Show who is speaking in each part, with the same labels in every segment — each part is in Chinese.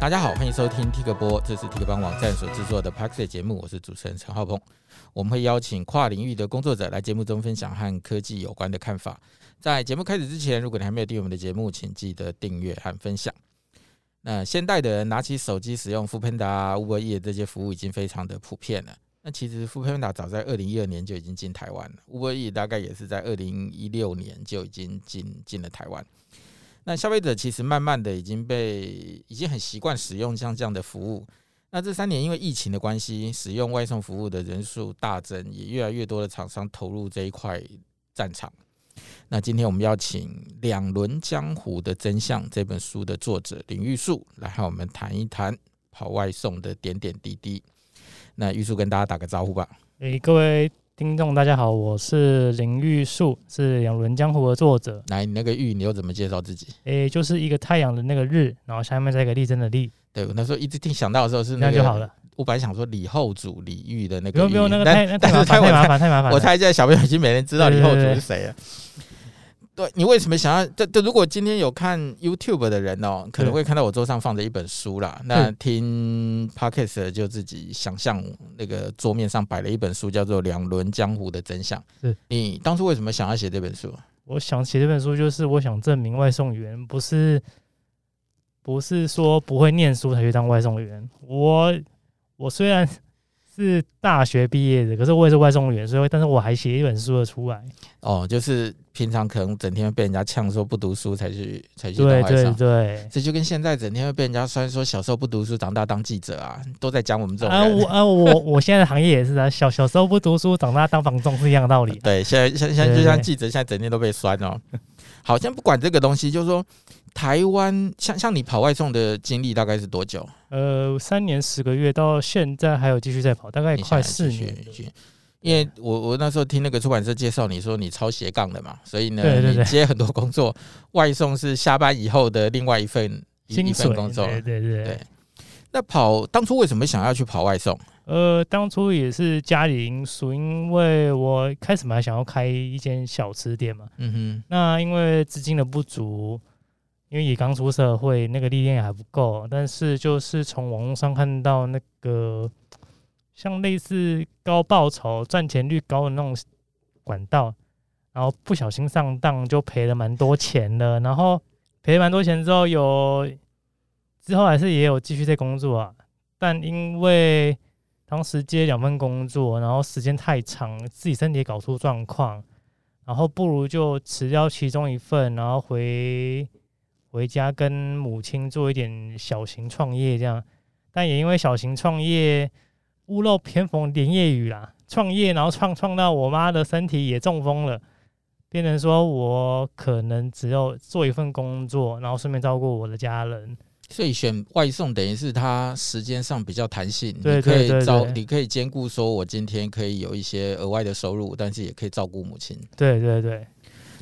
Speaker 1: 大家好，欢迎收听 Tik 波，这是 Tik 帮网站所制作的 p a x i 节目，我是主持人陈浩鹏。我们会邀请跨领域的工作者来节目中分享和科技有关的看法。在节目开始之前，如果你还没有订阅我们的节目，请记得订阅和分享。那现代的人拿起手机使用 f o o p a n d a Uber E 这些服务已经非常的普遍了。那其实 f o o p a n d a 早在二零一二年就已经进台湾了，Uber E 大概也是在二零一六年就已经进进了台湾。那消费者其实慢慢的已经被已经很习惯使用像这样的服务。那这三年因为疫情的关系，使用外送服务的人数大增，也越来越多的厂商投入这一块战场。那今天我们邀请《两轮江湖的真相》这本书的作者林玉树来和我们谈一谈跑外送的点点滴滴。那玉树跟大家打个招呼吧。
Speaker 2: 诶、各位听众，大家好，我是林玉树，是《两轮江湖》的作者。
Speaker 1: 来，你那个玉，你又怎么介绍自己？
Speaker 2: 诶、就是一个太阳的那个日，然后下面再一个力争的力，
Speaker 1: 对我那时候一直听想到的时候是
Speaker 2: 这
Speaker 1: 那
Speaker 2: 样
Speaker 1: 个，
Speaker 2: 就好了。
Speaker 1: 我本来想说李后主李煜的那
Speaker 2: 不
Speaker 1: 个玉，
Speaker 2: 用不用，那个
Speaker 1: 但
Speaker 2: 太那
Speaker 1: 但
Speaker 2: 太
Speaker 1: 是太
Speaker 2: 麻烦，太
Speaker 1: 晚
Speaker 2: 麻烦，太麻烦。
Speaker 1: 我猜现在小朋友已经没人知道李后主是谁了。对，你为什么想要？这这，如果今天有看 YouTube 的人哦，可能会看到我桌上放着一本书啦。那听 Podcast 的就自己想象那个桌面上摆了一本书，叫做《两轮江湖的真相》。
Speaker 2: 是
Speaker 1: 你当初为什么想要写这本书？
Speaker 2: 我想写这本书，就是我想证明外送员不是不是说不会念书才去当外送员。我我虽然是大学毕业的，可是我也是外送员，所以但是我还写一本书的出来。
Speaker 1: 哦，就是平常可能整天被人家呛说不读书才去才去当
Speaker 2: 对
Speaker 1: 外
Speaker 2: 对
Speaker 1: 商。
Speaker 2: 对。
Speaker 1: 这就跟现在整天会被人家酸说小时候不读书，长大当记者啊，都在讲我们这种
Speaker 2: 啊，
Speaker 1: 人。
Speaker 2: 我啊，我 我现在的行业也是啊，小小时候不读书，长大当房仲是一样的道 理。啊
Speaker 1: 对，现在现在
Speaker 2: 对
Speaker 1: 就
Speaker 2: 对
Speaker 1: 像
Speaker 2: 对
Speaker 1: 记者现在整天都被酸哦。好像不管这个东西，就是说台湾像像你跑外送的经历大概是多久？
Speaker 2: 呃，三年十个月到现在还有继续在跑，大概
Speaker 1: 你
Speaker 2: 哎快
Speaker 1: 想
Speaker 2: 四
Speaker 1: 来继续
Speaker 2: 年了。啊
Speaker 1: 去因为我我那时候听那个出版社介绍，你说你超斜杠的嘛，所以呢，
Speaker 2: 对对对
Speaker 1: 你接很多工作，外送是下班以后的另外一份一一
Speaker 2: 薪
Speaker 1: 份
Speaker 2: 水
Speaker 1: 工作。
Speaker 2: 对对对。
Speaker 1: 对那跑当初为什么想要去跑外送？
Speaker 2: 呃，当初也是家里因素，因为我开始蛮想要开一间小吃店嘛，
Speaker 1: 嗯
Speaker 2: 那因为资金的不足，因为也刚出社会，那个历练也还不够，但是就是从网络上看到那个像类似高报酬、赚钱率高的那种管道，然后不小心上当就赔了蛮多钱的，然后赔了蛮多钱之后有之后还是也有继续在工作啊，但因为当时接两份工作，然后时间太长，自己身体也搞出状况。然后不如就辞掉其中一份，然后回回家跟母亲做一点小型创业这样。但也因为小型创业屋漏偏逢连夜雨啦，创业然后创创到我妈的身体也中风了，变成说我可能只有做一份工作，然后顺便照顾我的 家
Speaker 1: 哼，
Speaker 2: 人。
Speaker 1: 所以选外送等于是它时间上比较弹性，
Speaker 2: 对对
Speaker 1: 你可
Speaker 2: 对
Speaker 1: 以照，
Speaker 2: 对
Speaker 1: 你可以兼顾说我今天可以有一些额外的收入，但是也可以照顾母亲。
Speaker 2: 对对对，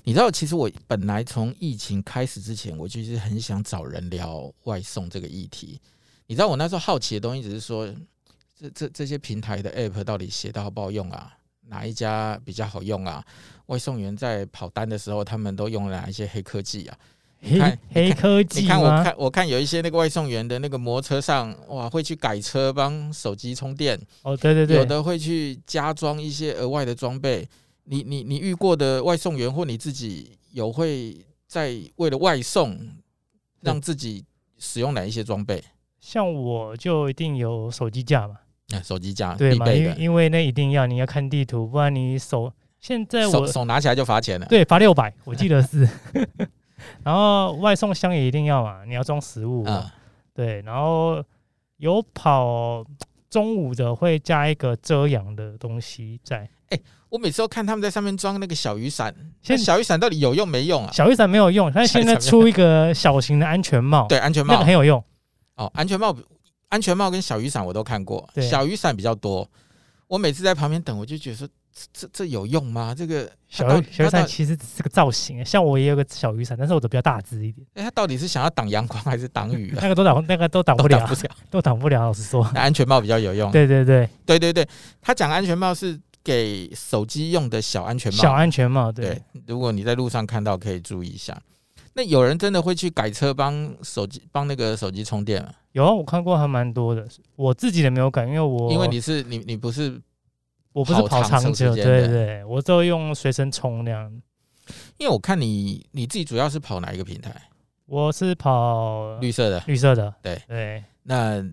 Speaker 1: 你知道，其实我本来从疫情开始之前，我就是很想找人聊外送这个议题。你知道，我那时候好奇的东西只是说，这这这些平台的 app 到底写的好不好用啊？哪一家比较好用啊？外送员在跑单的时候，他们都用了哪一些黑科技啊？
Speaker 2: 黑
Speaker 1: 看
Speaker 2: 黑科技
Speaker 1: 你看，我
Speaker 2: 吗？
Speaker 1: 看我看有一些那个外送员的那个摩托车上，哇，会去改车帮手机充电，
Speaker 2: 哦，对对
Speaker 1: 有
Speaker 2: 对，
Speaker 1: 的会去加装一些额外的装备。你你你遇过的外送员或你自己有会在为了外送让自己使用哪一些装备？
Speaker 2: 像我就一定有手机架嘛。
Speaker 1: 啊，手机架
Speaker 2: 对
Speaker 1: 必
Speaker 2: 嘛？
Speaker 1: 备
Speaker 2: 因为
Speaker 1: 的，
Speaker 2: 因为那一定要你要看地图，不然你手现在
Speaker 1: 手
Speaker 2: 我
Speaker 1: 手拿起来就罚钱了。
Speaker 2: 对罚六百，我记得是。 然后外送箱也一定要嘛，你要装食物嘛。
Speaker 1: 啊，
Speaker 2: 对，然后有跑中午的会加一个遮阳的东西在。
Speaker 1: 我每次都看他们在上面装那个小雨伞，那
Speaker 2: 现
Speaker 1: 小雨伞到底有用没用啊？
Speaker 2: 小雨伞没有用，但现在出一个小型的安全帽，
Speaker 1: 对，安全
Speaker 2: 那
Speaker 1: 帽
Speaker 2: 个很有用。
Speaker 1: 哦，安全帽，安全帽跟小雨伞我都看过，
Speaker 2: 对
Speaker 1: 小雨伞比较多。我每次在旁边等，我就觉得说，这这这有用吗？这个它
Speaker 2: 小
Speaker 1: 到
Speaker 2: 雨
Speaker 1: 它
Speaker 2: 小雨
Speaker 1: 到
Speaker 2: 伞其实只是个造型，像我也有个小雨伞，但是我的比较大只一点，
Speaker 1: 哎，他到底是想要挡阳光还是挡雨啊？
Speaker 2: 那个都挡那个 都挡
Speaker 1: 都
Speaker 2: 不
Speaker 1: 挡
Speaker 2: 了
Speaker 1: 不，嗯了。
Speaker 2: 都挡不了。老实说，
Speaker 1: 那安全帽比较有用。
Speaker 2: 对对对，
Speaker 1: 对对对，他讲安全帽是给手机用的小安全帽。
Speaker 2: 小安全帽，对
Speaker 1: 对，如果你在路上看到，可以注意一下。那有人真的会去改车帮手机帮那个手机充电吗？
Speaker 2: 有啊，我看过还蛮多的，我自己的没有改，因为我
Speaker 1: 因为你是你你不是，
Speaker 2: 我不是
Speaker 1: 跑
Speaker 2: 跑
Speaker 1: 长
Speaker 2: 长
Speaker 1: 时
Speaker 2: 久，
Speaker 1: 间
Speaker 2: 对
Speaker 1: 的
Speaker 2: 对，我都用随身充那样。
Speaker 1: 因为我看你你自己主要是跑哪一个平台？
Speaker 2: 我是跑
Speaker 1: 绿色的。
Speaker 2: 绿色的，
Speaker 1: 对
Speaker 2: 对，
Speaker 1: 那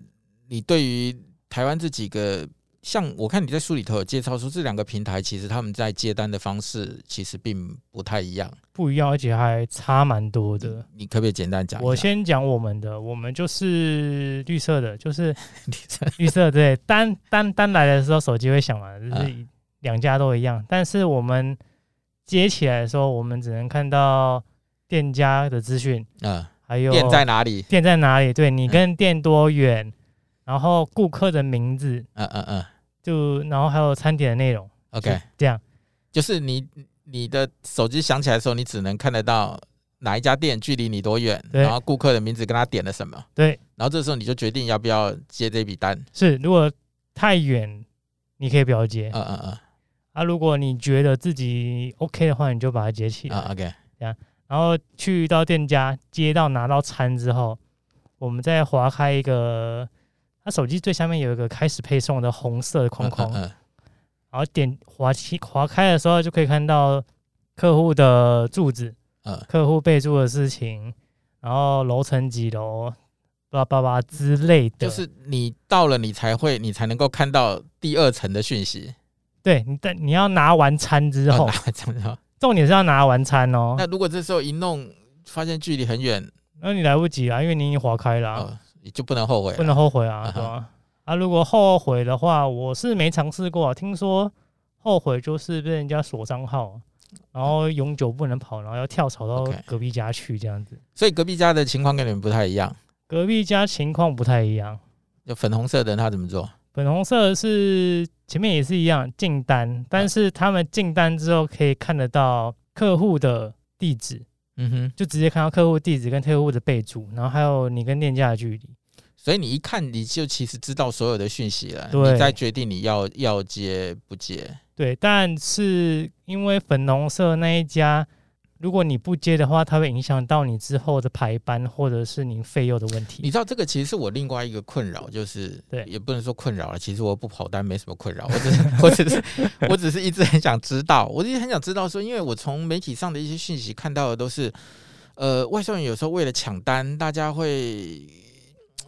Speaker 1: 你对于台湾这几个，像我看你在书里头有介绍说，这两个平台其实他们在接单的方式其实并不太一样。
Speaker 2: 不一样，而且还差蛮多的。
Speaker 1: 你可不可以简单嗯讲一下？
Speaker 2: 我先讲我们的，我们就是绿色的，就是
Speaker 1: 你这
Speaker 2: 绿色对 单单单来的时候手机会响嘛，就
Speaker 1: 啊
Speaker 2: 是两家都一样，但是我们接起来的时候，我们只能看到店家的资讯，
Speaker 1: 嗯，
Speaker 2: 还 有
Speaker 1: 店在哪里？
Speaker 2: 店在哪里，对你
Speaker 1: 嗯
Speaker 2: 跟店多远，然后顾客的名字，
Speaker 1: 嗯嗯嗯
Speaker 2: 就然后还有餐点的内容
Speaker 1: ，OK，
Speaker 2: 就这样
Speaker 1: 就是你你的手机响起来的时候，你只能看得到哪一家店距离你多远，
Speaker 2: 对
Speaker 1: 然后顾客的名字跟他点了什么，
Speaker 2: 对
Speaker 1: 然后这时候你就决定要不要接这笔单。
Speaker 2: 是如果太远你可以不要接、
Speaker 1: 嗯嗯嗯
Speaker 2: 啊，如果你觉得自己 OK 的话，你就把它接起来。
Speaker 1: 嗯，OK，
Speaker 2: 然后去到店家接到拿到餐之后，我们再划开一个，他手机最下面有一个开始配送的红色的框框，
Speaker 1: 嗯嗯
Speaker 2: 然后点划起划开的时候就可以看到客户的住址、
Speaker 1: 嗯嗯
Speaker 2: 客户备注的事情，然后楼层几楼，叭叭叭之类的。
Speaker 1: 就是你到了，你才会，你才能够看到第二层的讯息。哦
Speaker 2: 对你，但你要拿完餐之
Speaker 1: 要
Speaker 2: 后，哦
Speaker 1: 拿怎么着？
Speaker 2: 重点是要拿完餐哦，
Speaker 1: 啊那如果这时候一弄，发现距离很远，
Speaker 2: 那你来不及啊，因为你已经划开了啊、
Speaker 1: 哦，你就不能后悔
Speaker 2: 不
Speaker 1: 了。
Speaker 2: 能后悔啊
Speaker 1: 啊，
Speaker 2: 对
Speaker 1: 哈
Speaker 2: 吧？啊，如果后悔的话，我是没尝试过、啊，听说后悔就是被人家锁账号，然后永久不能跑，然后要跳槽到
Speaker 1: OK
Speaker 2: 隔壁家去这样子。
Speaker 1: 所以隔壁家的情况跟你们不太一样。
Speaker 2: 隔壁家情况不太一样，
Speaker 1: 就粉红色的人他怎么做？
Speaker 2: 粉红色是前面也是一样进单，但是他们进单之后可以看得到客户的地址，
Speaker 1: 嗯哼，
Speaker 2: 就直接看到客户地址跟客户的备注，然后还有你跟店家的距离。
Speaker 1: 所以你一看你就其实知道所有的讯息了，
Speaker 2: 对
Speaker 1: 你再决定你要要接不接。
Speaker 2: 对，但是因为粉红色那一家，如果你不接的话，它会影响到你之后的排班或者是你费用的问
Speaker 1: 你
Speaker 2: 题。
Speaker 1: 知道这个其实是我另外一个困扰，就是
Speaker 2: 对
Speaker 1: 也不能说困扰了，啊其实我不跑单没什么困扰，我只是我只是我只是一直很想知道，我一直很想知道说，因为我从媒体上的一些讯息看到的都是，呃，外送员有时候为了抢单，大家会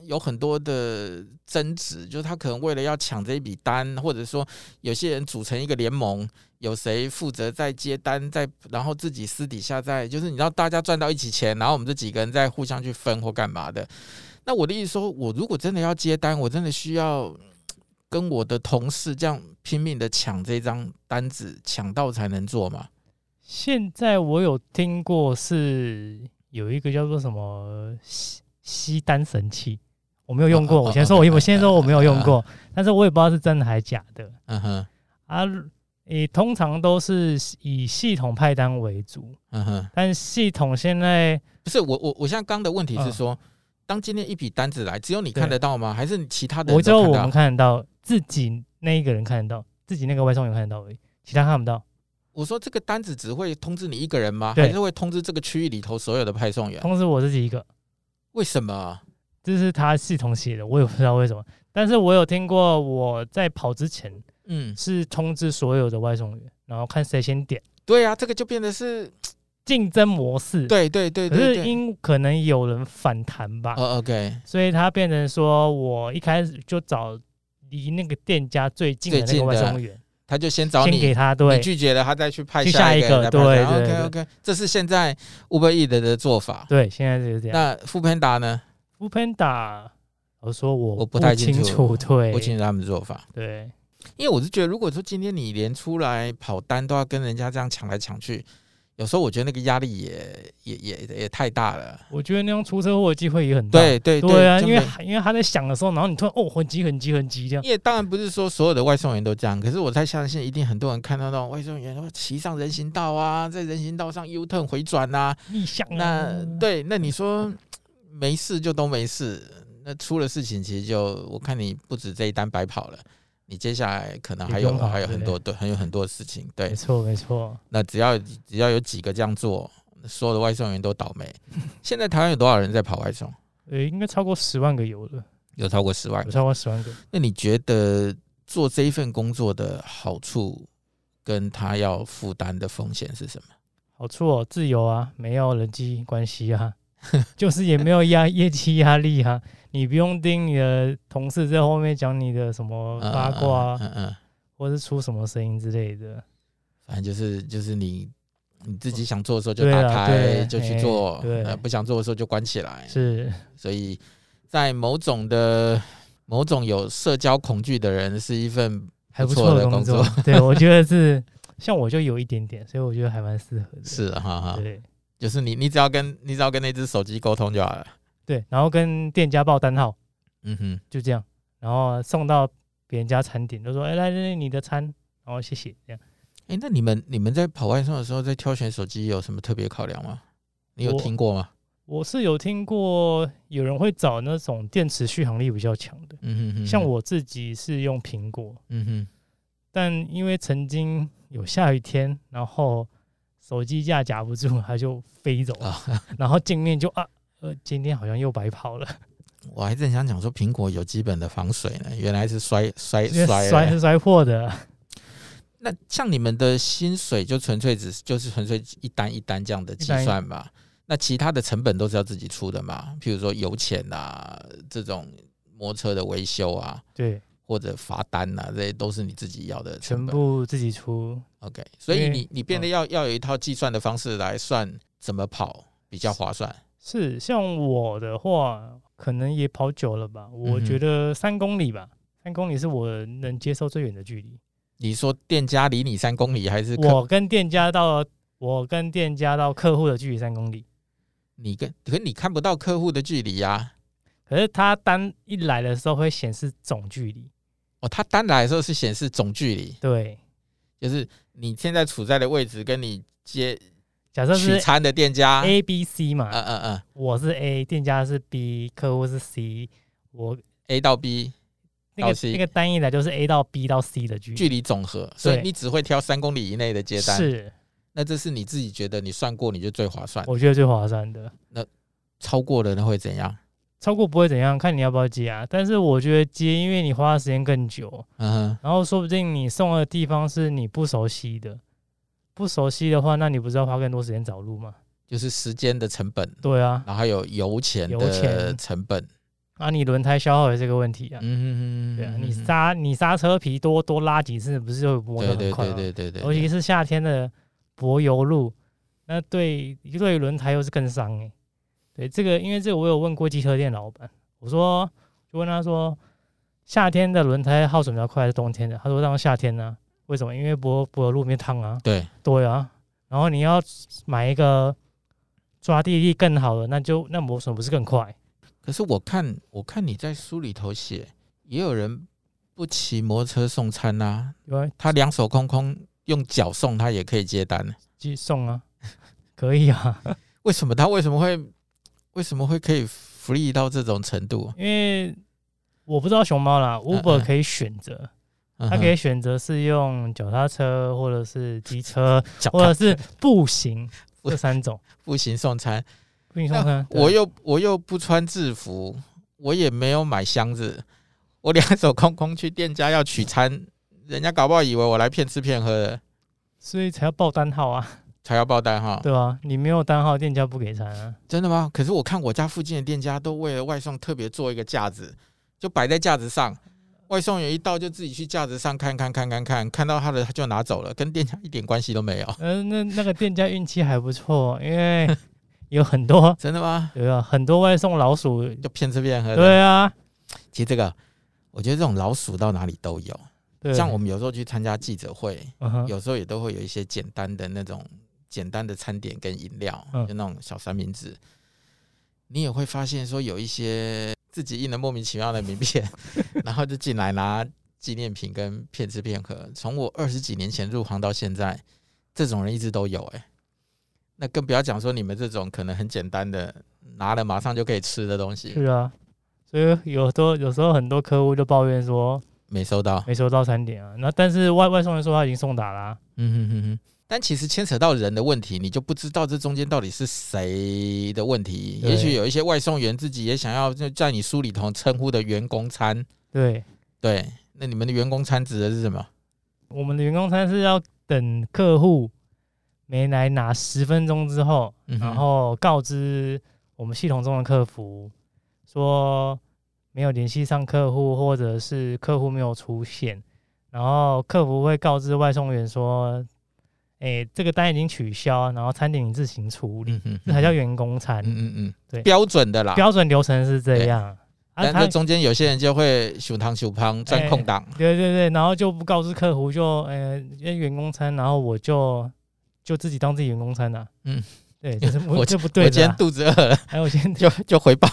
Speaker 1: 有很多的争执，就是他可能为了要抢这一笔单，或者说有些人组成一个联盟，有谁负责在接单，在然后自己私底下在，就是你知道大家赚到一起钱，然后我们这几个人在互相去分或干嘛的。那我的意思说，我如果真的要接单，我真的需要跟我的同事这样拼命的抢这张单子，抢到才能做嘛？
Speaker 2: 现在我有听过是有一个叫做什么吸吸单神器，我没有用过。
Speaker 1: 哦哦
Speaker 2: 我先说我，
Speaker 1: 哦
Speaker 2: 我先说我没有用过，但是我也不知道是真的还假的
Speaker 1: 嗯哼，
Speaker 2: 啊。诶，通常都是以系统派单为主，
Speaker 1: 嗯哼，
Speaker 2: 但系统现在
Speaker 1: 不是我我我现在刚的问题是说，
Speaker 2: 嗯
Speaker 1: 当今天一笔单子来，只有你看得到吗？还是其他的
Speaker 2: 我
Speaker 1: 人
Speaker 2: 只有
Speaker 1: 都
Speaker 2: 我
Speaker 1: 看
Speaker 2: 们
Speaker 1: 到？
Speaker 2: 看得到，自己那一个人看得到，自己那个外送员看得到而已，其他看不到。
Speaker 1: 我说这个单子只会通知你一个人吗？
Speaker 2: 对
Speaker 1: 还是会通知这个区域里头所有的派送员？
Speaker 2: 通知我自己一个，
Speaker 1: 为什么？啊
Speaker 2: 这是他系统写的，我也不知道为什么。但是我有听过，我在跑之前
Speaker 1: 嗯，
Speaker 2: 是通知所有的外送员，然后看谁先点，
Speaker 1: 对啊，这个就变得是，
Speaker 2: 竞争模式。，
Speaker 1: 对对对
Speaker 2: 可
Speaker 1: 对
Speaker 2: 是
Speaker 1: 对。
Speaker 2: 因可能有人反弹吧，
Speaker 1: 哦，OK，
Speaker 2: 所以他变成说我一开始就找离那个店家最近的
Speaker 1: 最
Speaker 2: 那
Speaker 1: 近
Speaker 2: 个外
Speaker 1: 的
Speaker 2: 送员，
Speaker 1: 他就先找
Speaker 2: 先
Speaker 1: 你
Speaker 2: 给，他
Speaker 1: 你
Speaker 2: 对。
Speaker 1: 拒绝了，他再去派
Speaker 2: 去
Speaker 1: 下
Speaker 2: 下
Speaker 1: 一
Speaker 2: 一
Speaker 1: 个人
Speaker 2: 个
Speaker 1: 再派下一个。啊
Speaker 2: 对对
Speaker 1: OK OK，这是现在 Uber E 的的做法。
Speaker 2: 对，现在就是这样。
Speaker 1: 那富平达呢？
Speaker 2: u p a n d a 我说我
Speaker 1: 我不太清
Speaker 2: 清
Speaker 1: 楚
Speaker 2: 楚，对，
Speaker 1: 不清楚他们的做法，
Speaker 2: 对，
Speaker 1: 因为我是觉得，如果说今天你连出来跑单都要跟人家这样抢来抢去，有时候我觉得那个压力也也也也太大了。
Speaker 2: 我觉得那种出车祸的机会也很大。
Speaker 1: 对嗯对
Speaker 2: 对啊，
Speaker 1: 就
Speaker 2: 因为
Speaker 1: 没
Speaker 2: 因为他在响的时候，然后你突然哦，很急很急很急这样。
Speaker 1: 因为当然不是说所有的外送员都这样，可是我在相信，一定很多人看到那种外送员会骑上人行道啊，在人行道上 U turn 回转啊，
Speaker 2: 逆向啊
Speaker 1: 那对，那你说没事就都没事，那出了事情其实就我看你不止这一单白跑了，你接下来可能
Speaker 2: 也
Speaker 1: 还
Speaker 2: 不
Speaker 1: 有
Speaker 2: 用跑
Speaker 1: 还有很
Speaker 2: 对
Speaker 1: 多对，还有很多事情。对
Speaker 2: 没，错没错，
Speaker 1: 那只要只要有几个这样做，所有的外送员都倒霉。 现在台湾有多少人在跑外送？
Speaker 2: 呃，应该超过十万个有了，
Speaker 1: 有超过十万
Speaker 2: 有。超过十万个。
Speaker 1: 那你觉得做这一份工作的好处，跟他要负担的风险是什么？
Speaker 2: 好处哦，自由啊，没有人际关系 啊，就是也没有压业绩压力啊，你不用盯你的同事在后面讲你的什么
Speaker 1: 嗯
Speaker 2: 八卦啊，
Speaker 1: 嗯嗯嗯嗯，
Speaker 2: 或是出什么声音之类的。
Speaker 1: 反正就是就是你你自己想做的时候就
Speaker 2: 对
Speaker 1: 打开
Speaker 2: 啊对
Speaker 1: 就去
Speaker 2: 哎
Speaker 1: 做，
Speaker 2: 对
Speaker 1: 呃不想做的时候就关起来。
Speaker 2: 是，
Speaker 1: 所以在某种的某种有社交恐惧的人，是一份
Speaker 2: 还
Speaker 1: 不
Speaker 2: 不
Speaker 1: 错
Speaker 2: 错
Speaker 1: 的
Speaker 2: 的
Speaker 1: 工
Speaker 2: 工
Speaker 1: 作
Speaker 2: 作。 对，我觉得是，像我就有一点点，所以我觉得还蛮适合的。，
Speaker 1: 是啊哈哈，
Speaker 2: 对
Speaker 1: 就是你你只要跟你只要跟那只手机沟通就好了。
Speaker 2: 对，然后跟店家报单号，
Speaker 1: 嗯哼，
Speaker 2: 就这样，然后送到别人家餐点，就说：“哎、来来来，你的餐，然后谢谢。”这样，
Speaker 1: 哎、那你们你们在跑外送的时候，在挑选手机有什么特别考量吗？你有
Speaker 2: 我
Speaker 1: 听过吗？
Speaker 2: 我是有听过有人会找那种电池续航力比较强的，
Speaker 1: 嗯哼哼哼，
Speaker 2: 像，我自己是用苹果，
Speaker 1: 嗯哼，
Speaker 2: 但因为曾经有下雨天，然后手机架夹不住，它就飞走了， 然后镜面就啊，呃，今天好像又白跑了，
Speaker 1: 我还正想讲说苹果有基本的防水呢，原来是摔摔
Speaker 2: 因为
Speaker 1: 摔了
Speaker 2: 摔是摔 破的。
Speaker 1: 那像你们的薪水就纯粹只是就是纯粹一单一单这样的计算嘛？那其他的成本都是要自己出的嘛？譬如说油钱啊，这种摩托车的维修啊，
Speaker 2: 对，
Speaker 1: 或者罚单啊，这些都是你自己要的成
Speaker 2: 全
Speaker 1: 本。
Speaker 2: 部自己出，
Speaker 1: OK，所以
Speaker 2: 因为嗯
Speaker 1: 你你变得要、要有一套计算的方式来算怎么跑比较划算。
Speaker 2: 是，像我的话，可能也跑久了吧，我
Speaker 1: 嗯哼
Speaker 2: 觉得三公里吧，三公里是我能接受最远的距离。
Speaker 1: 你说店家离你三公里，还是客
Speaker 2: 我跟店家到我跟店家到客户的距离三公里，
Speaker 1: 你跟可你看不到客户的距离啊呀、
Speaker 2: 可是他单一来的时候会显示总距离，
Speaker 1: 哦，它单来的时候是显示总距离，
Speaker 2: 对，
Speaker 1: 就是你现在处在的位置跟你接
Speaker 2: 假设
Speaker 1: 取
Speaker 2: 是
Speaker 1: 餐的店家，嗯
Speaker 2: A、B、C 嘛，
Speaker 1: 嗯嗯
Speaker 2: 我是 A，店家是 B，客户是 C，我
Speaker 1: ，A 到 B
Speaker 2: 那
Speaker 1: 到
Speaker 2: 个
Speaker 1: C
Speaker 2: 那个单一来就是 A 到 B 到 C 的距
Speaker 1: 距
Speaker 2: 离，
Speaker 1: 离总和，所以
Speaker 2: 对
Speaker 1: 你只会挑三公里以内的接单。，
Speaker 2: 是
Speaker 1: 那这是你自己觉得你算过你就最划算，
Speaker 2: 我觉得最划算的。
Speaker 1: 超过了那会怎样？
Speaker 2: 超过不会怎样，看你要不要接啊。但是我觉得接，因为你花的时间更久，
Speaker 1: 嗯哼，
Speaker 2: 然后说不定你送的地方是你不熟悉的，不熟悉的话，那你不是要花更多时间找路吗？
Speaker 1: 就是时间的成本，
Speaker 2: 对啊，
Speaker 1: 然后还有油钱
Speaker 2: 油
Speaker 1: 的
Speaker 2: 钱
Speaker 1: 成本。
Speaker 2: 啊，你轮胎消耗也是个问题啊。
Speaker 1: 嗯哼哼哼
Speaker 2: 对啊，你
Speaker 1: 哼
Speaker 2: 刹你刹车皮多多拉几次，不是就会磨得
Speaker 1: 对对
Speaker 2: 很快
Speaker 1: 对
Speaker 2: 吗？
Speaker 1: 对对对，
Speaker 2: 尤其是夏天的柏油路，那对对于轮胎又是更伤哎、对这个，因为这个我有问过机车店老板，我说就问他说，夏天的轮胎耗损比较快还是冬天的？他说当然夏天呢、为什么？因为柏柏油路面烫啊，
Speaker 1: 对
Speaker 2: 对啊，然后你要买一个抓地力更好的，那就那磨损不是更快？
Speaker 1: 可是我看，我看你在书里头写，也有人不骑摩托车送餐呐、
Speaker 2: 因为
Speaker 1: 他两手空空用脚送，他也可以接单。
Speaker 2: 寄送啊， 可以啊，
Speaker 1: 为什么他为什么会为什么会可以 free 到这种程度？
Speaker 2: 因为我不知道熊猫啦
Speaker 1: 嗯
Speaker 2: ，Uber 可以选择。
Speaker 1: 他
Speaker 2: 他可以选择是用脚踏车，或者是机 车，
Speaker 1: 脚
Speaker 2: 或者
Speaker 1: 踏
Speaker 2: 是步行
Speaker 1: 不
Speaker 2: 这三种。
Speaker 1: 步行送餐，
Speaker 2: 步行送餐，对
Speaker 1: 我又我又不穿制服，我也没有买箱子，我两手空空去店家要取餐，人家搞不好以为我来骗吃骗喝的，
Speaker 2: 所以才要报单号啊，
Speaker 1: 才要报单哈。
Speaker 2: 对吧、你没有单号，店家不给餐啊。
Speaker 1: 真的吗？可是我看我家附近的店家都为了外送特别做一个架子，就摆在架子上。外送员一到就自己去架子上看看看看看，看到他的他就拿走了，跟店家一点关系都没有。
Speaker 2: 嗯、那那个店家运气还不错，因为 有很多
Speaker 1: 真的吗？
Speaker 2: 对啊，很多外送老鼠，
Speaker 1: 就骗吃骗喝的。
Speaker 2: 对啊，
Speaker 1: 其实这个，我觉得这种老鼠到哪里都有。
Speaker 2: 对，
Speaker 1: 像我们有时候去参加记者会，
Speaker 2: 嗯哼，
Speaker 1: 有时候也都会有一些简单的那种简单的餐点跟饮料，
Speaker 2: 嗯
Speaker 1: 就那种小三明治。你也会发现说有一些自己印的莫名其妙的名 片，然后就进来拿纪念品跟骗吃骗喝。从我二十几年前入行到现在，这种人一直都有哎、那更不要讲说你们这种可能很简单的拿了马上就可以吃的东西
Speaker 2: 是啊，所以有多有时候很多客户就抱怨说
Speaker 1: 没收到，
Speaker 2: 没收到餐点啊，那但是外外送员说他已经送达啦、
Speaker 1: 嗯哼哼哼，但其实牵扯到人的问题，你就不知道这中间到底是谁的问题。
Speaker 2: 对
Speaker 1: 也许有一些外送员自己也想要就在你书里头称呼的员工餐，
Speaker 2: 对，
Speaker 1: 对，那你们的员工餐指的是什么？
Speaker 2: 我们的员工餐是要等客户没来拿十分钟之后，
Speaker 1: 嗯哼
Speaker 2: 然后告知我们系统中的客服说没有联系上客户，或者是客户没有出现，然后客服会告知外送员说：“哎、这个单已经取消，然后餐点你自行处理。
Speaker 1: 嗯哼，
Speaker 2: 这才叫员工餐。
Speaker 1: 嗯嗯嗯，
Speaker 2: 对
Speaker 1: 标准的啦。
Speaker 2: 标准流程是这样。啊，
Speaker 1: 但
Speaker 2: 他
Speaker 1: 这中间有些人就会熊汤熊胖钻空档，
Speaker 2: 对对对，然后就不告知客服，就呃因为员工餐，然后我就就自己当自己员工餐呐、
Speaker 1: 嗯，
Speaker 2: 对，这是不
Speaker 1: 我
Speaker 2: 这不
Speaker 1: 我
Speaker 2: 对
Speaker 1: 今天
Speaker 2: 的啊、
Speaker 1: 肚子饿了，
Speaker 2: 还有我先
Speaker 1: 就就回报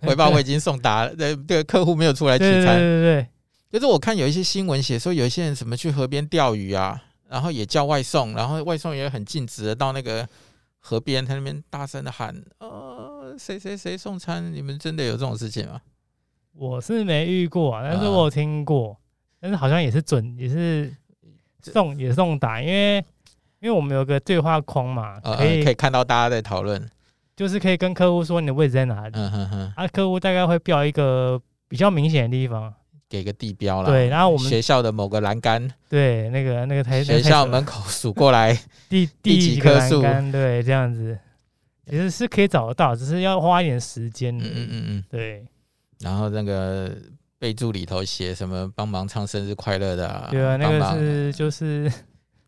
Speaker 2: 哎
Speaker 1: 回报
Speaker 2: 对
Speaker 1: 我已经送达了，对对，客户没有出来
Speaker 2: 对
Speaker 1: 取
Speaker 2: 对对
Speaker 1: 餐。
Speaker 2: 对对，
Speaker 1: 就是我看有一些新闻写说，有一些人什么去河边钓鱼啊，然后也叫外送，然后外送也很尽职的到那个河边，他那边大声的喊：“呃，谁谁谁送餐？”你们真的有这种事情吗？
Speaker 2: 我是没遇过、啊，但是
Speaker 1: 啊
Speaker 2: 我有听过，但是好像也是准，也是
Speaker 1: 这
Speaker 2: 送也送达，因为因为我们有个对话框嘛，
Speaker 1: 呃，
Speaker 2: 可以、
Speaker 1: 可以看到大家在讨论，
Speaker 2: 就是可以跟客户说你的位置在哪里，
Speaker 1: 嗯哼哼，
Speaker 2: 啊，客户大概会标一个比较明显的地方，
Speaker 1: 给个地标啦。，
Speaker 2: 对，然后我们
Speaker 1: 学校的某个栏杆，
Speaker 2: 对那个那个台那个
Speaker 1: 学
Speaker 2: 台
Speaker 1: 校
Speaker 2: 词
Speaker 1: 门口数过来，
Speaker 2: 第
Speaker 1: 第
Speaker 2: 第
Speaker 1: 几
Speaker 2: 几
Speaker 1: 棵
Speaker 2: 个栏
Speaker 1: 树
Speaker 2: 杆，对，这样子其实是可以找得到，只是要花一点时间
Speaker 1: 嗯
Speaker 2: 的。
Speaker 1: 嗯嗯嗯，
Speaker 2: 对，
Speaker 1: 然后那个备注里头写什么帮忙唱生日快乐的、啊，
Speaker 2: 对啊，那
Speaker 1: 帮
Speaker 2: 个
Speaker 1: 忙
Speaker 2: 是就是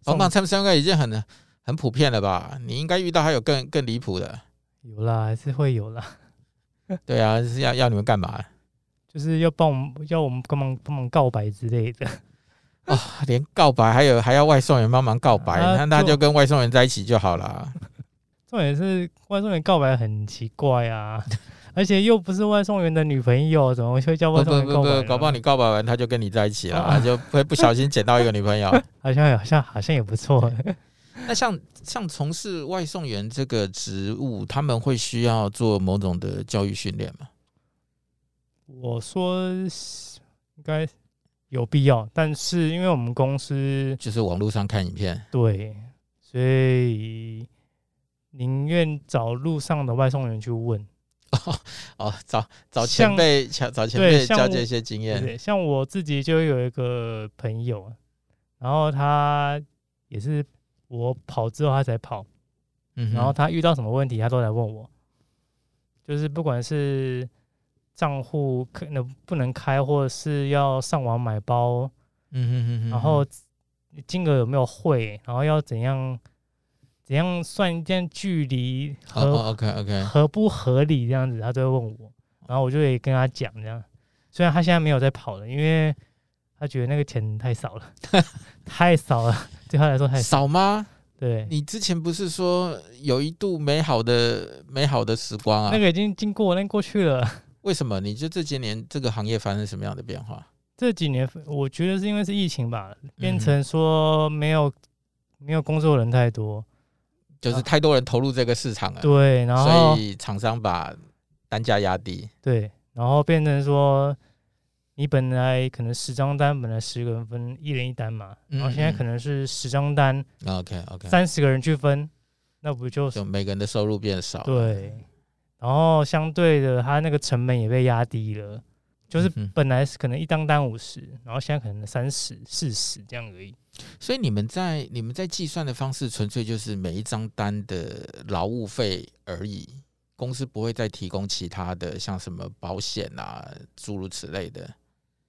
Speaker 1: 帮
Speaker 2: 送
Speaker 1: 忙唱生日快乐已经很很普遍了吧？你应该遇到还有更更离谱的。
Speaker 2: 有啦，还是会有啦，
Speaker 1: 对啊，是要要你们干嘛
Speaker 2: 就是要帮我们要我们帮忙帮忙告白之类的。
Speaker 1: 啊？连告白还有还要外送员帮忙告白，
Speaker 2: 啊
Speaker 1: 那那
Speaker 2: 就
Speaker 1: 就跟外送员在一起就好啦。
Speaker 2: 重点是外送员告白很奇怪啊，而且又不是外送员的女朋友，怎么会叫
Speaker 1: 不
Speaker 2: 外送
Speaker 1: 不
Speaker 2: 员
Speaker 1: 不
Speaker 2: 告白呢
Speaker 1: 不，？搞不好你告白完他就跟你在一起了，
Speaker 2: 啊
Speaker 1: 就会不小心捡到一个女 朋友。
Speaker 2: 好像好像好像也不错。
Speaker 1: 那像像从事外送员这个职务，他们会需要做某种的教育训练吗？
Speaker 2: 我说是应该有必要，但是因为我们公司
Speaker 1: 就是网络上看影片，
Speaker 2: 对，所以宁愿找路上的外送员去问。
Speaker 1: 哦，找找
Speaker 2: 像
Speaker 1: 前辈找找前
Speaker 2: 对
Speaker 1: 辈
Speaker 2: 像
Speaker 1: 交
Speaker 2: 我
Speaker 1: 接一些经
Speaker 2: 对
Speaker 1: 验。
Speaker 2: 对，像我自己就有一个朋友，然后他也是我跑之后他才跑，
Speaker 1: 嗯哼，
Speaker 2: 然后他遇到什么问题他都来问我，就是不管是账户可能不能开，或者是要上网买包，
Speaker 1: 嗯哼哼哼，
Speaker 2: 然后金额有没有汇，然后要怎样怎样算一件距离
Speaker 1: 哦
Speaker 2: 和
Speaker 1: 哦，OK OK，
Speaker 2: 合不合理这样子，他都会问我，然后我就也跟他讲这样。虽然他现在没有在跑了，因为他觉得那个钱太少 了，太少了，对他来说太少。
Speaker 1: 少吗？
Speaker 2: 对，
Speaker 1: 你之前不是说有一度美好的美好的时光啊？
Speaker 2: 那个已经经过，那个过去了。
Speaker 1: 为什么？你就这些年这个行业发生什么样的变化？
Speaker 2: 这几年我觉得是因为是疫情吧，变
Speaker 1: 嗯哼
Speaker 2: 成说没有没有工作的人太多，
Speaker 1: 就是太多人投入这个市场了，
Speaker 2: 对，然后
Speaker 1: 所以厂商把单价压低。
Speaker 2: 对，然后变成说你本来可能十张单，本来十个人分一人一单嘛，然后现在
Speaker 1: 嗯嗯
Speaker 2: 可能是十张单，
Speaker 1: OK OK，
Speaker 2: 三十个人去分，那不就是
Speaker 1: 就每个人的收入变少。
Speaker 2: 对？然后相对的，它那个成本也被压低了，就是
Speaker 1: 嗯哼
Speaker 2: 本来是可能一张单五十，然后现在可能三十、四十这样而已。
Speaker 1: 所以你们在你们在计算的方式，纯粹就是每一张单的劳务费而已。公司不会再提供其他的，像什么保险啊，诸如此类的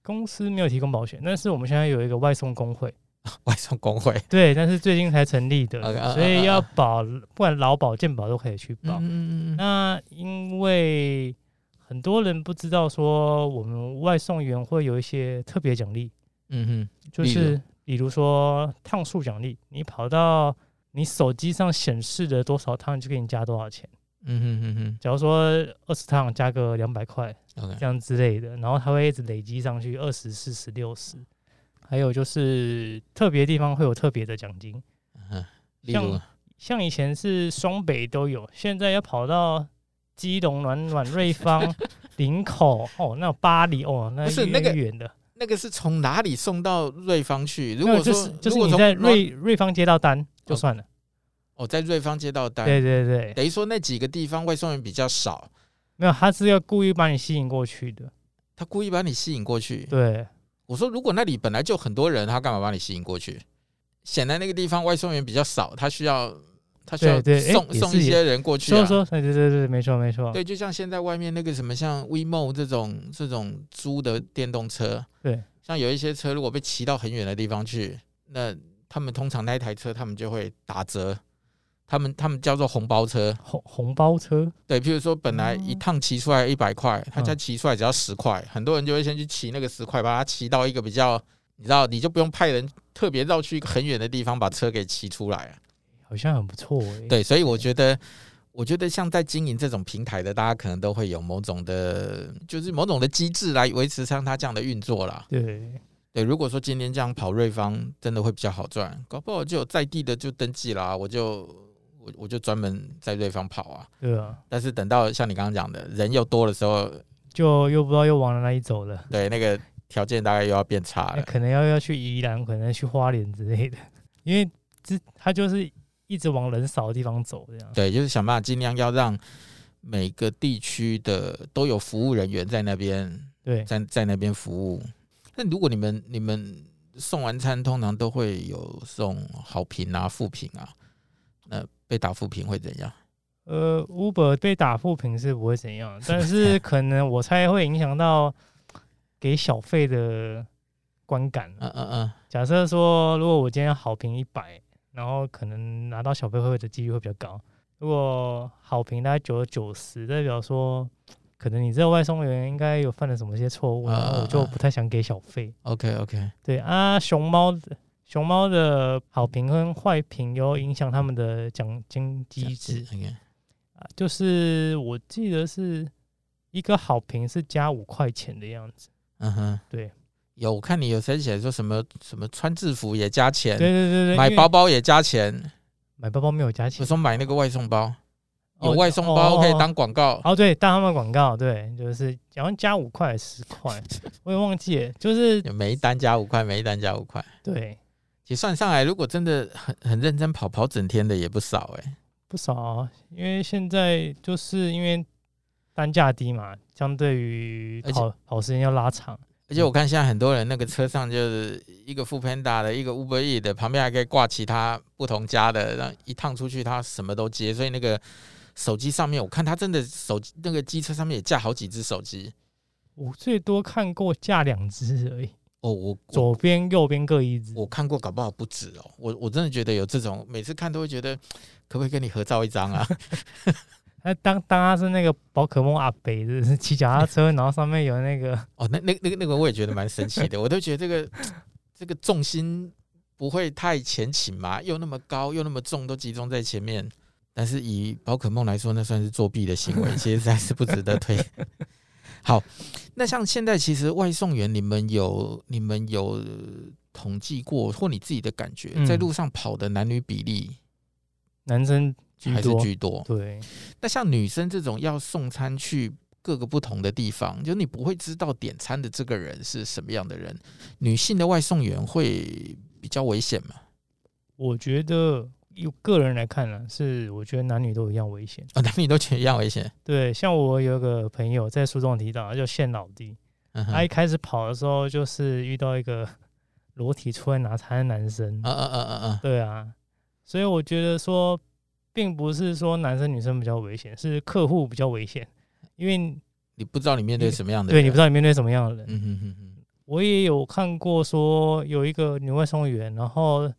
Speaker 2: 公司没有提供保险，但是我们现在有一个外送工会，
Speaker 1: 外送工会。
Speaker 2: 对，但是最近才成立
Speaker 1: OK，
Speaker 2: 的，
Speaker 1: 啊
Speaker 2: 所以
Speaker 1: 啊啊
Speaker 2: 要
Speaker 1: 啊
Speaker 2: 保，不管劳保、健保都可以去
Speaker 1: 嗯
Speaker 2: 保。
Speaker 1: 嗯嗯嗯
Speaker 2: 那因为很多人不知道说我们外送员会有一些特别奖励，
Speaker 1: 嗯哼，
Speaker 2: 就
Speaker 1: 例如
Speaker 2: 是比如说趟数奖励，你跑到你手机上显示的多少趟，就给你加多少钱。
Speaker 1: 嗯哼嗯哼
Speaker 2: 假如说二十趟加个两百块
Speaker 1: 嗯，OK。
Speaker 2: 这样之类的，然后它会一直累积上去，二十、四十、六十。还有就是特别地方会有特别的奖金，
Speaker 1: 嗯，例
Speaker 2: 像
Speaker 1: 如，
Speaker 2: 像以前是双北都有，现在要跑到基隆、暖 暖、瑞芳、林口哦，那巴黎哦，那
Speaker 1: 不是那
Speaker 2: 越
Speaker 1: 个
Speaker 2: 远的。
Speaker 1: 那个是从哪里送到瑞芳去？如
Speaker 2: 那
Speaker 1: 果
Speaker 2: 就
Speaker 1: 说，
Speaker 2: 是
Speaker 1: 如
Speaker 2: 就是
Speaker 1: 果
Speaker 2: 你
Speaker 1: 从
Speaker 2: 在
Speaker 1: 暖
Speaker 2: 瑞瑞芳接到单，就算了。
Speaker 1: 哦，在瑞芳接到单，
Speaker 2: 对对对，
Speaker 1: 等于说那几个地方外送员比较少，
Speaker 2: 没有，他是要故意把你吸引过去的。
Speaker 1: 他故意把你吸引过去。
Speaker 2: 对，
Speaker 1: 我说，如果那里本来就很多人，他干嘛把你吸引过去？显然那个地方外送员比较少，他需要他需要
Speaker 2: 对对诶
Speaker 1: 送
Speaker 2: 也是
Speaker 1: 送一些
Speaker 2: 也
Speaker 1: 人过去、
Speaker 2: 所
Speaker 1: 啊。
Speaker 2: 以说，对对对对，没错没错，
Speaker 1: 对，就像现在外面那个什么，像 WeMo 这种这种租的电动车，
Speaker 2: 对，
Speaker 1: 像有一些车如果被骑到很远的地方去，那他们通常那一台车他们就会打折，他们他们叫做红包车。
Speaker 2: 红红包车，
Speaker 1: 对，譬如说本来一趟骑出来一百块，他
Speaker 2: 哦嗯
Speaker 1: 家骑出来只要十块，很多人就会先去骑那个十块，把它骑到一个比较，你知道，你就不用派人特别绕去一个很远的地方把车给骑出来啊。
Speaker 2: 好像很不错哎、
Speaker 1: 对，所以我觉得，我觉得像在经营这种平台的，大家可能都会有某种的，就是某种的机制来维持像它这样的运作啦。
Speaker 2: 对
Speaker 1: 对，如果说今天这样跑瑞芳，真的会比较好赚，搞不好就有在地的就登记啦，我就我我就专门在瑞芳跑啊。
Speaker 2: 对啊，
Speaker 1: 但是等到像你刚刚讲的人又多的时候，
Speaker 2: 就又不知道又往哪里走了。
Speaker 1: 对那个条件大概又要变差
Speaker 2: 那
Speaker 1: 了。
Speaker 2: 可能要要去宜兰，可能要去花莲之类的， 因为这他就是一直往人少的地方走，这样。
Speaker 1: 对，就是想办法尽量要让每个地区的都有服务人员在那边
Speaker 2: 对，
Speaker 1: 在在那边服务。那如果你们你们送完餐，通常都会有送好评啊、负评啊，那被打负评会怎样？
Speaker 2: 呃，Uber 被打负评是不会怎样，但 是可能我猜会影响到给小费的观感啊。
Speaker 1: 嗯嗯嗯，
Speaker 2: 假设说，如果我今天好评一百，然后可能拿到小费会的几率会比较高。如果好评大概九九十，代表说可能你这个外送员应该有犯了什么些错误，然后我就不太想给小费。
Speaker 1: OK OK，
Speaker 2: 对啊，熊猫的熊猫的好评跟坏评有影响他们的奖金机制
Speaker 1: ，OK，
Speaker 2: 啊，就是我记得是一个好评是加五块钱的样子。
Speaker 1: 嗯哼，
Speaker 2: 对。
Speaker 1: 有，我看你有谁写说什么什么穿制服也加钱，
Speaker 2: 对对对对，
Speaker 1: 嗯买
Speaker 2: 因为
Speaker 1: 包包也加钱。
Speaker 2: 买包包没有加
Speaker 1: 我
Speaker 2: 钱。
Speaker 1: 说买那个外送包，有
Speaker 2: 哦
Speaker 1: 外送包
Speaker 2: 哦
Speaker 1: 可以当广告。
Speaker 2: 哦，对，大他们广告，对，就是好像加五块十 块，我也忘记了，就是
Speaker 1: 每一单加五块，每一单加五块。
Speaker 2: 对
Speaker 1: 其实算上来，如果真的很很认真跑跑整天的也不少哎、
Speaker 2: 不少、啊，因为现在就是因为单价低嘛，相对于
Speaker 1: 而且
Speaker 2: 跑跑时间要拉长，
Speaker 1: 而且我看现在很多人那个车上就是一个富 Panda 的，一个 Uber E 的，旁边还可以挂其他不同家的，然后一趟出去他什么都接，所以那个手机上面，我看他真的手机那个机车上面也架好几只手机。
Speaker 2: 我最多看过架两只而已，
Speaker 1: 哦，我我
Speaker 2: 左边右边各一只，
Speaker 1: 我看过，搞不好不止哦。我我真的觉得有这种，每次看都会觉得，可不可以跟你合照一张啊？
Speaker 2: 那当当他是那个宝可梦阿北，就是骑脚踏车，然后上面有那个，
Speaker 1: 哦，那那那个那个我也觉得蛮神奇的，我都觉得这个这个重心不会太前倾嘛，又那么高又那么重，都集中在前面。但是以宝可梦来说，那算是作弊的行为，其实实在是不值得推。 好，那像现在其实外送员，你们有你们有统计过，或你自己的感觉，
Speaker 2: 嗯
Speaker 1: 在路上跑的男女比例
Speaker 2: 男生居
Speaker 1: 还是
Speaker 2: 多，
Speaker 1: 居多？
Speaker 2: 对，
Speaker 1: 那像女生这种要送餐去各个不同的地方，就你不会知道点餐的这个人是什么样的人。女性的外送员会比较危险嘛？
Speaker 2: 我觉得以我个人来看呢、是我觉得男女都一样危险。
Speaker 1: 啊、男女都觉得一样危险。
Speaker 2: 对，像我有个朋友在书中提到，他叫现老弟，
Speaker 1: 嗯哼，
Speaker 2: 他一开始跑的时候就是遇到一个 裸体出来拿餐的男生，
Speaker 1: 嗯嗯嗯嗯嗯，
Speaker 2: 对啊，所以我觉得说，并不是说男生女生比较危险，是客户比较危险，因为
Speaker 1: 你不知道你面对什么样的
Speaker 2: 对
Speaker 1: 人，
Speaker 2: 你不知
Speaker 1: 道。
Speaker 2: 道你面对什么样的人。
Speaker 1: 嗯哼哼哼，
Speaker 2: 我也有看过说有一个女外送员，然后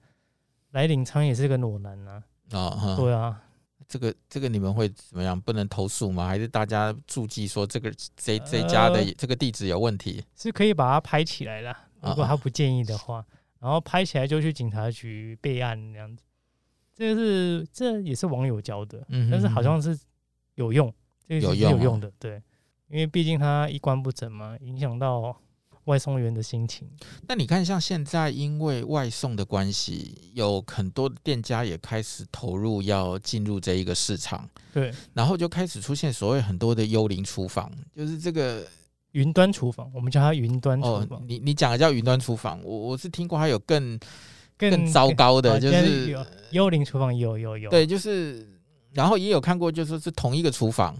Speaker 2: 来领餐也是个裸男啊，
Speaker 1: 哦，哼
Speaker 2: 对啊，
Speaker 1: 这个这个你们会怎么样？不能投诉吗？还是大家注记说这个这这家的、
Speaker 2: 呃
Speaker 1: 这个地址有问题？
Speaker 2: 是可以把它拍起来啦。
Speaker 1: 啊
Speaker 2: 如果他不建议的话，然后拍起来就去警察局备案那样子。这个是这也是网友教的，
Speaker 1: 嗯哼
Speaker 2: 但是好像是有用，这个
Speaker 1: 有
Speaker 2: 是
Speaker 1: 用
Speaker 2: 有
Speaker 1: 啊
Speaker 2: 用的，对，因为毕竟他一关不整嘛，影响到外送员的心情。
Speaker 1: 那你看，像现在因为外送的关系，有很多店家也开始投入要进入这一个市场，
Speaker 2: 对，
Speaker 1: 然后就开始出现所谓很多的幽灵厨房，就是这个
Speaker 2: 云端厨房，我们叫它云端厨
Speaker 1: 哦
Speaker 2: 房，，
Speaker 1: 你你讲的叫云端厨房，我我是听过还有更
Speaker 2: 更
Speaker 1: 更糟糕的，
Speaker 2: 啊
Speaker 1: 就
Speaker 2: 但
Speaker 1: 是
Speaker 2: 有幽灵厨房有有有，
Speaker 1: 对，就是，然后也有看过，就是是同一个厨房，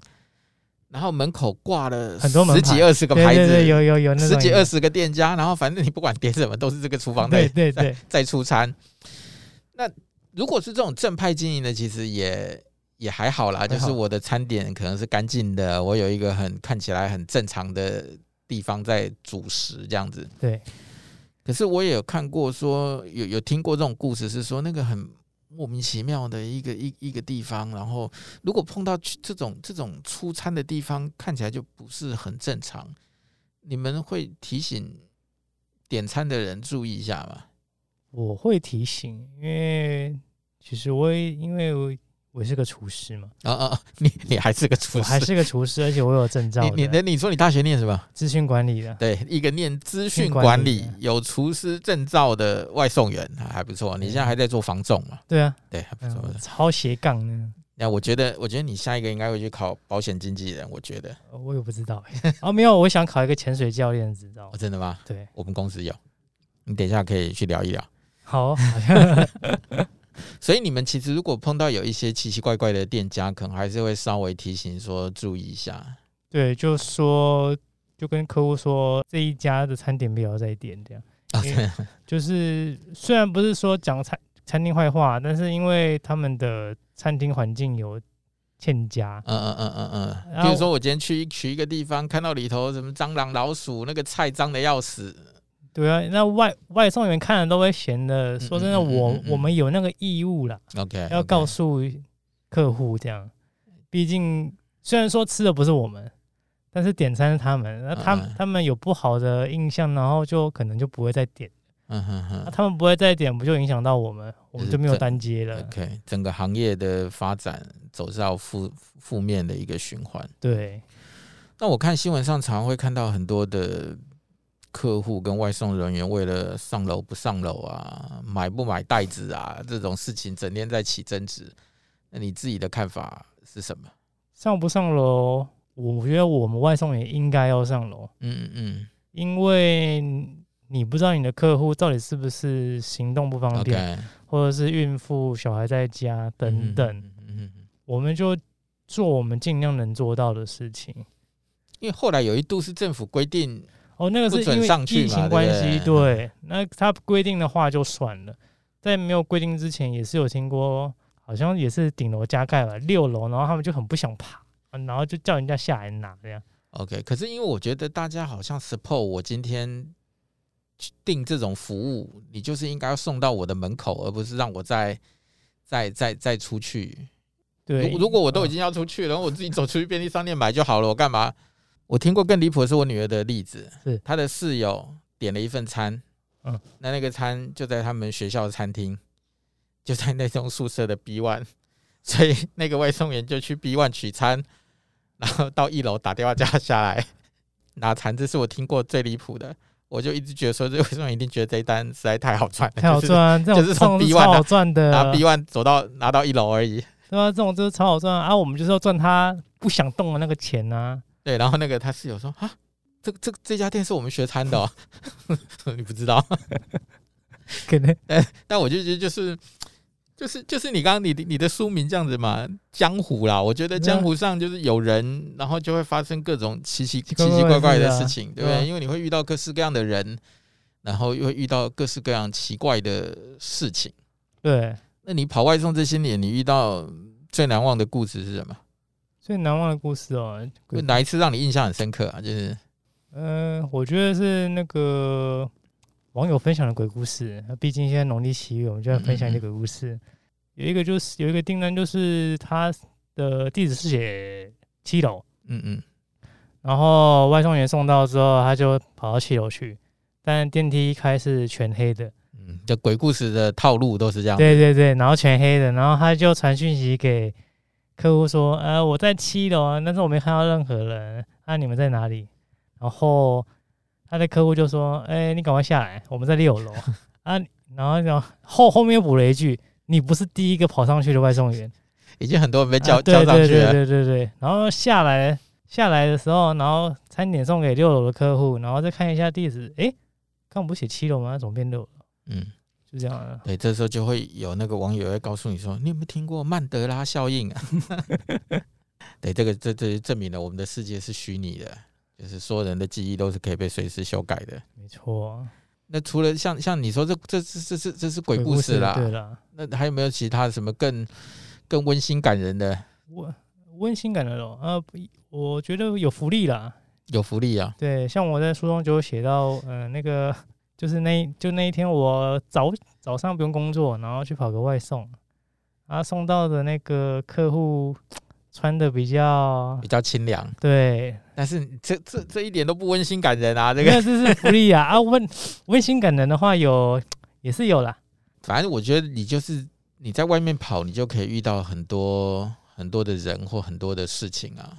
Speaker 1: 然后门口挂了
Speaker 2: 很多门
Speaker 1: 十几
Speaker 2: 牌
Speaker 1: 二十个
Speaker 2: 对
Speaker 1: 牌
Speaker 2: 对对
Speaker 1: 子，
Speaker 2: 有有有那
Speaker 1: 十
Speaker 2: 种
Speaker 1: 几
Speaker 2: 有
Speaker 1: 二十个店家，然后反正你不管点什么，都是这个厨房在
Speaker 2: 对对对，
Speaker 1: 再出餐。那如果是这种正派经营的，其实也也还好啦，
Speaker 2: 还好
Speaker 1: 就是我的餐点可能是干净的，我有一个很看起来很正常的地方在主食这样子。
Speaker 2: 对。
Speaker 1: 可是我也有看过说，有有听过这种故事，是说那个很莫名其妙的一个一一个地方，然后如果碰到去这种这种出餐的地方，看起来就不是很正常。你们会提醒点餐的人注意一下吗？
Speaker 2: 我会提醒，因为其实我也因为我我是个厨师嘛，
Speaker 1: 啊啊！啊你你还是个厨
Speaker 2: 我
Speaker 1: 师，
Speaker 2: 还是个厨师，而且我有证照
Speaker 1: 你你
Speaker 2: 的，
Speaker 1: 你说你大学念什么？
Speaker 2: 资讯管理的，
Speaker 1: 对，一个念资讯
Speaker 2: 讯
Speaker 1: 管
Speaker 2: 管
Speaker 1: 理
Speaker 2: 理、
Speaker 1: 有厨师证照的外送员，还还不错。你现在还在做防重嘛？
Speaker 2: 对啊，
Speaker 1: 对，还不错。
Speaker 2: 嗯、超斜杠呢，
Speaker 1: 那、我觉得，我觉得你下一个应该会去考保险经纪人。我觉得，
Speaker 2: 呃我也不知道 哎、啊没有，我想考一个潜水教练执照
Speaker 1: 哦，，真的吗？
Speaker 2: 对，
Speaker 1: 我们公司有，你等一下可以去聊一聊。
Speaker 2: 好，好像
Speaker 1: 所以你们其实如果碰到有一些奇奇怪怪的店家，可能还是会稍微提醒说注意一下。
Speaker 2: 对，就说就跟客户说这一家的餐点不要再点这样，
Speaker 1: 啊，
Speaker 2: 因
Speaker 1: 真
Speaker 2: 为
Speaker 1: 的
Speaker 2: 就是虽然不是说讲餐餐厅坏话，但是因为他们的餐厅环境有欠佳，
Speaker 1: 嗯嗯嗯嗯嗯，
Speaker 2: 啊
Speaker 1: 比如说我今天去一去一个地方，看到里头什么蟑螂、老鼠，那个菜脏的要死。
Speaker 2: 对啊，那外外送员看了都会闲的。
Speaker 1: 嗯
Speaker 2: 说真的，
Speaker 1: 嗯嗯
Speaker 2: 我
Speaker 1: 嗯嗯
Speaker 2: 我们有那个义务啦，
Speaker 1: OK，
Speaker 2: 要告
Speaker 1: 诉
Speaker 2: 诉客户这样。毕竟虽然说吃的不是我们，但是点餐是他们，那他
Speaker 1: 嗯
Speaker 2: 们他们有不好的印象，然后就可能就不会再点。
Speaker 1: 嗯哼
Speaker 2: 那
Speaker 1: 哼
Speaker 2: 他们不会再点，不就影响到我们？我们就没有单接了。
Speaker 1: ，OK，整个行业的发展走到负负面的一个循环。
Speaker 2: 对，
Speaker 1: 那我看新闻上常会看到很多的客户跟外送人员为了上楼不上楼啊，买不买袋子啊这种事情，整天在起争执。那你自己的看法是什么？
Speaker 2: 上不上楼？我觉得我们外送员应该要上楼，
Speaker 1: 嗯嗯
Speaker 2: 因为你不知道你的客户到底是不是行动不
Speaker 1: 嗯
Speaker 2: 方
Speaker 1: ，OK，
Speaker 2: 便。或者是孕妇、小孩在家等等，
Speaker 1: 嗯嗯嗯嗯
Speaker 2: 我们就做我们尽量能做到的事情。
Speaker 1: 因为后来有一度是政府规定，
Speaker 2: 哦，那个是
Speaker 1: 不准
Speaker 2: 因为
Speaker 1: 上去嘛
Speaker 2: 疫情关
Speaker 1: 对
Speaker 2: 系，
Speaker 1: 不对
Speaker 2: 对，那他规定的话就算了，在没有规定之前，也是有听过，好像也是顶楼加盖吧，六楼，然后他们就很不想爬，啊然后就叫人家下来拿这样。
Speaker 1: OK，可是因为我觉得大家好像 support 我今天去订这种服务，你就是应该要送到我的门口，而不是让我再再再再出去。
Speaker 2: 对
Speaker 1: 如，如果我都已
Speaker 2: 嗯
Speaker 1: 经要出去了，然后我自己走出去便利商店买就好了，我干嘛？我听过更离谱的是我女儿的例子，
Speaker 2: 是
Speaker 1: 她的室友点了一份餐，
Speaker 2: 嗯，
Speaker 1: 那那个餐就在他们学校的餐厅，就在那栋宿舍的 B one，所以那个外送员就去 B one 取餐，然后到一楼打电话叫他下来拿餐，这是我听过最离谱的。我就一直觉得说，这外送员一定觉得这一单实在太好赚了，
Speaker 2: 太好
Speaker 1: 就是
Speaker 2: 赚、啊，这
Speaker 1: 就
Speaker 2: 种
Speaker 1: 是
Speaker 2: 这
Speaker 1: 从
Speaker 2: 种是
Speaker 1: B1
Speaker 2: 超
Speaker 1: 拿
Speaker 2: 好赚的，啊
Speaker 1: 拿 B one 走到拿到一楼而已。
Speaker 2: 对啊，这种就是超好赚啊！啊我们就是要赚他不想动的那个钱啊。
Speaker 1: 对，然后那个他室友说啊，这这这家店是我们学餐的、哦， 你不知道。
Speaker 2: 可能
Speaker 1: 但我就觉得就是就是就是你刚刚你的你的书名这样子嘛，江湖啦，我觉得江湖上就是有人，然后就会发生各种奇奇奇
Speaker 2: 奇怪怪
Speaker 1: 奇怪怪的
Speaker 2: 的事啊
Speaker 1: 事情，对不
Speaker 2: 对啊
Speaker 1: 对？因为你会遇到各式各样的人，然后又会遇到各式各样奇怪的事情。
Speaker 2: 对，
Speaker 1: 那你跑外送这些年，你遇到最难忘的故事是什么？
Speaker 2: 最难忘的故事哦，
Speaker 1: 有哪一次让你印象很深刻啊？就是
Speaker 2: 嗯，我觉得是那个网友分享的鬼故事。毕竟现在农历七月，我们就要分享一些鬼故事。有一个就是有一个订单，就是他的地址是写七楼，
Speaker 1: 嗯嗯
Speaker 2: 然后外送员送到之后，他就跑到七楼去，但电梯一开是全黑的，
Speaker 1: 嗯，这鬼故事的套路都是这样。
Speaker 2: 对对对，然后全黑的，然后他就传讯息给客户说，呃，我在七楼啊，但是我没看到任何人，啊，你们在哪里？然后他的客户就说，哎、你赶快下来，我们在六楼 啊。然后然后后后面又补了一句，你不是第一个跑上去的外送员，
Speaker 1: 已经很多人被哎叫、
Speaker 2: 啊、对
Speaker 1: 叫上
Speaker 2: 对
Speaker 1: 去
Speaker 2: 对
Speaker 1: 了。
Speaker 2: 对对对。然后下来下来的时候，然后餐点送给六楼的客户，然后再看一下地址，哎，刚不是写七楼吗？怎么变六楼？
Speaker 1: 嗯，
Speaker 2: 就这样了。
Speaker 1: 对，这时候就会有那个网友会告诉你说，你有没有听过曼德拉效应啊？ 对，这个这这就证明了我们的世界是虚拟的，就是所有人的记忆都是可以被随时修改的。
Speaker 2: 没错，
Speaker 1: 那除了像像你说这这这这这这是鬼故事啦，
Speaker 2: 对啦，
Speaker 1: 那还有没有其他什么更更温馨感人的？
Speaker 2: 温温馨感的咯，呃，不我觉得有福利啦。
Speaker 1: 有福利啊！
Speaker 2: 对，像我在书中就有写到，嗯、那个 就是那一就那一天我早早上不用工作，然后去跑个外送，啊，送到的那个客户穿的比较
Speaker 1: 比较清凉，
Speaker 2: 对，
Speaker 1: 但是这这这一点都不温馨感人啊！这
Speaker 2: 没
Speaker 1: 个，
Speaker 2: 有这是福利啊啊，温温馨感人的话有也是有啦，
Speaker 1: 反正我觉得你就是你在外面跑，你就可以遇到很多很多的人或很多的事情啊。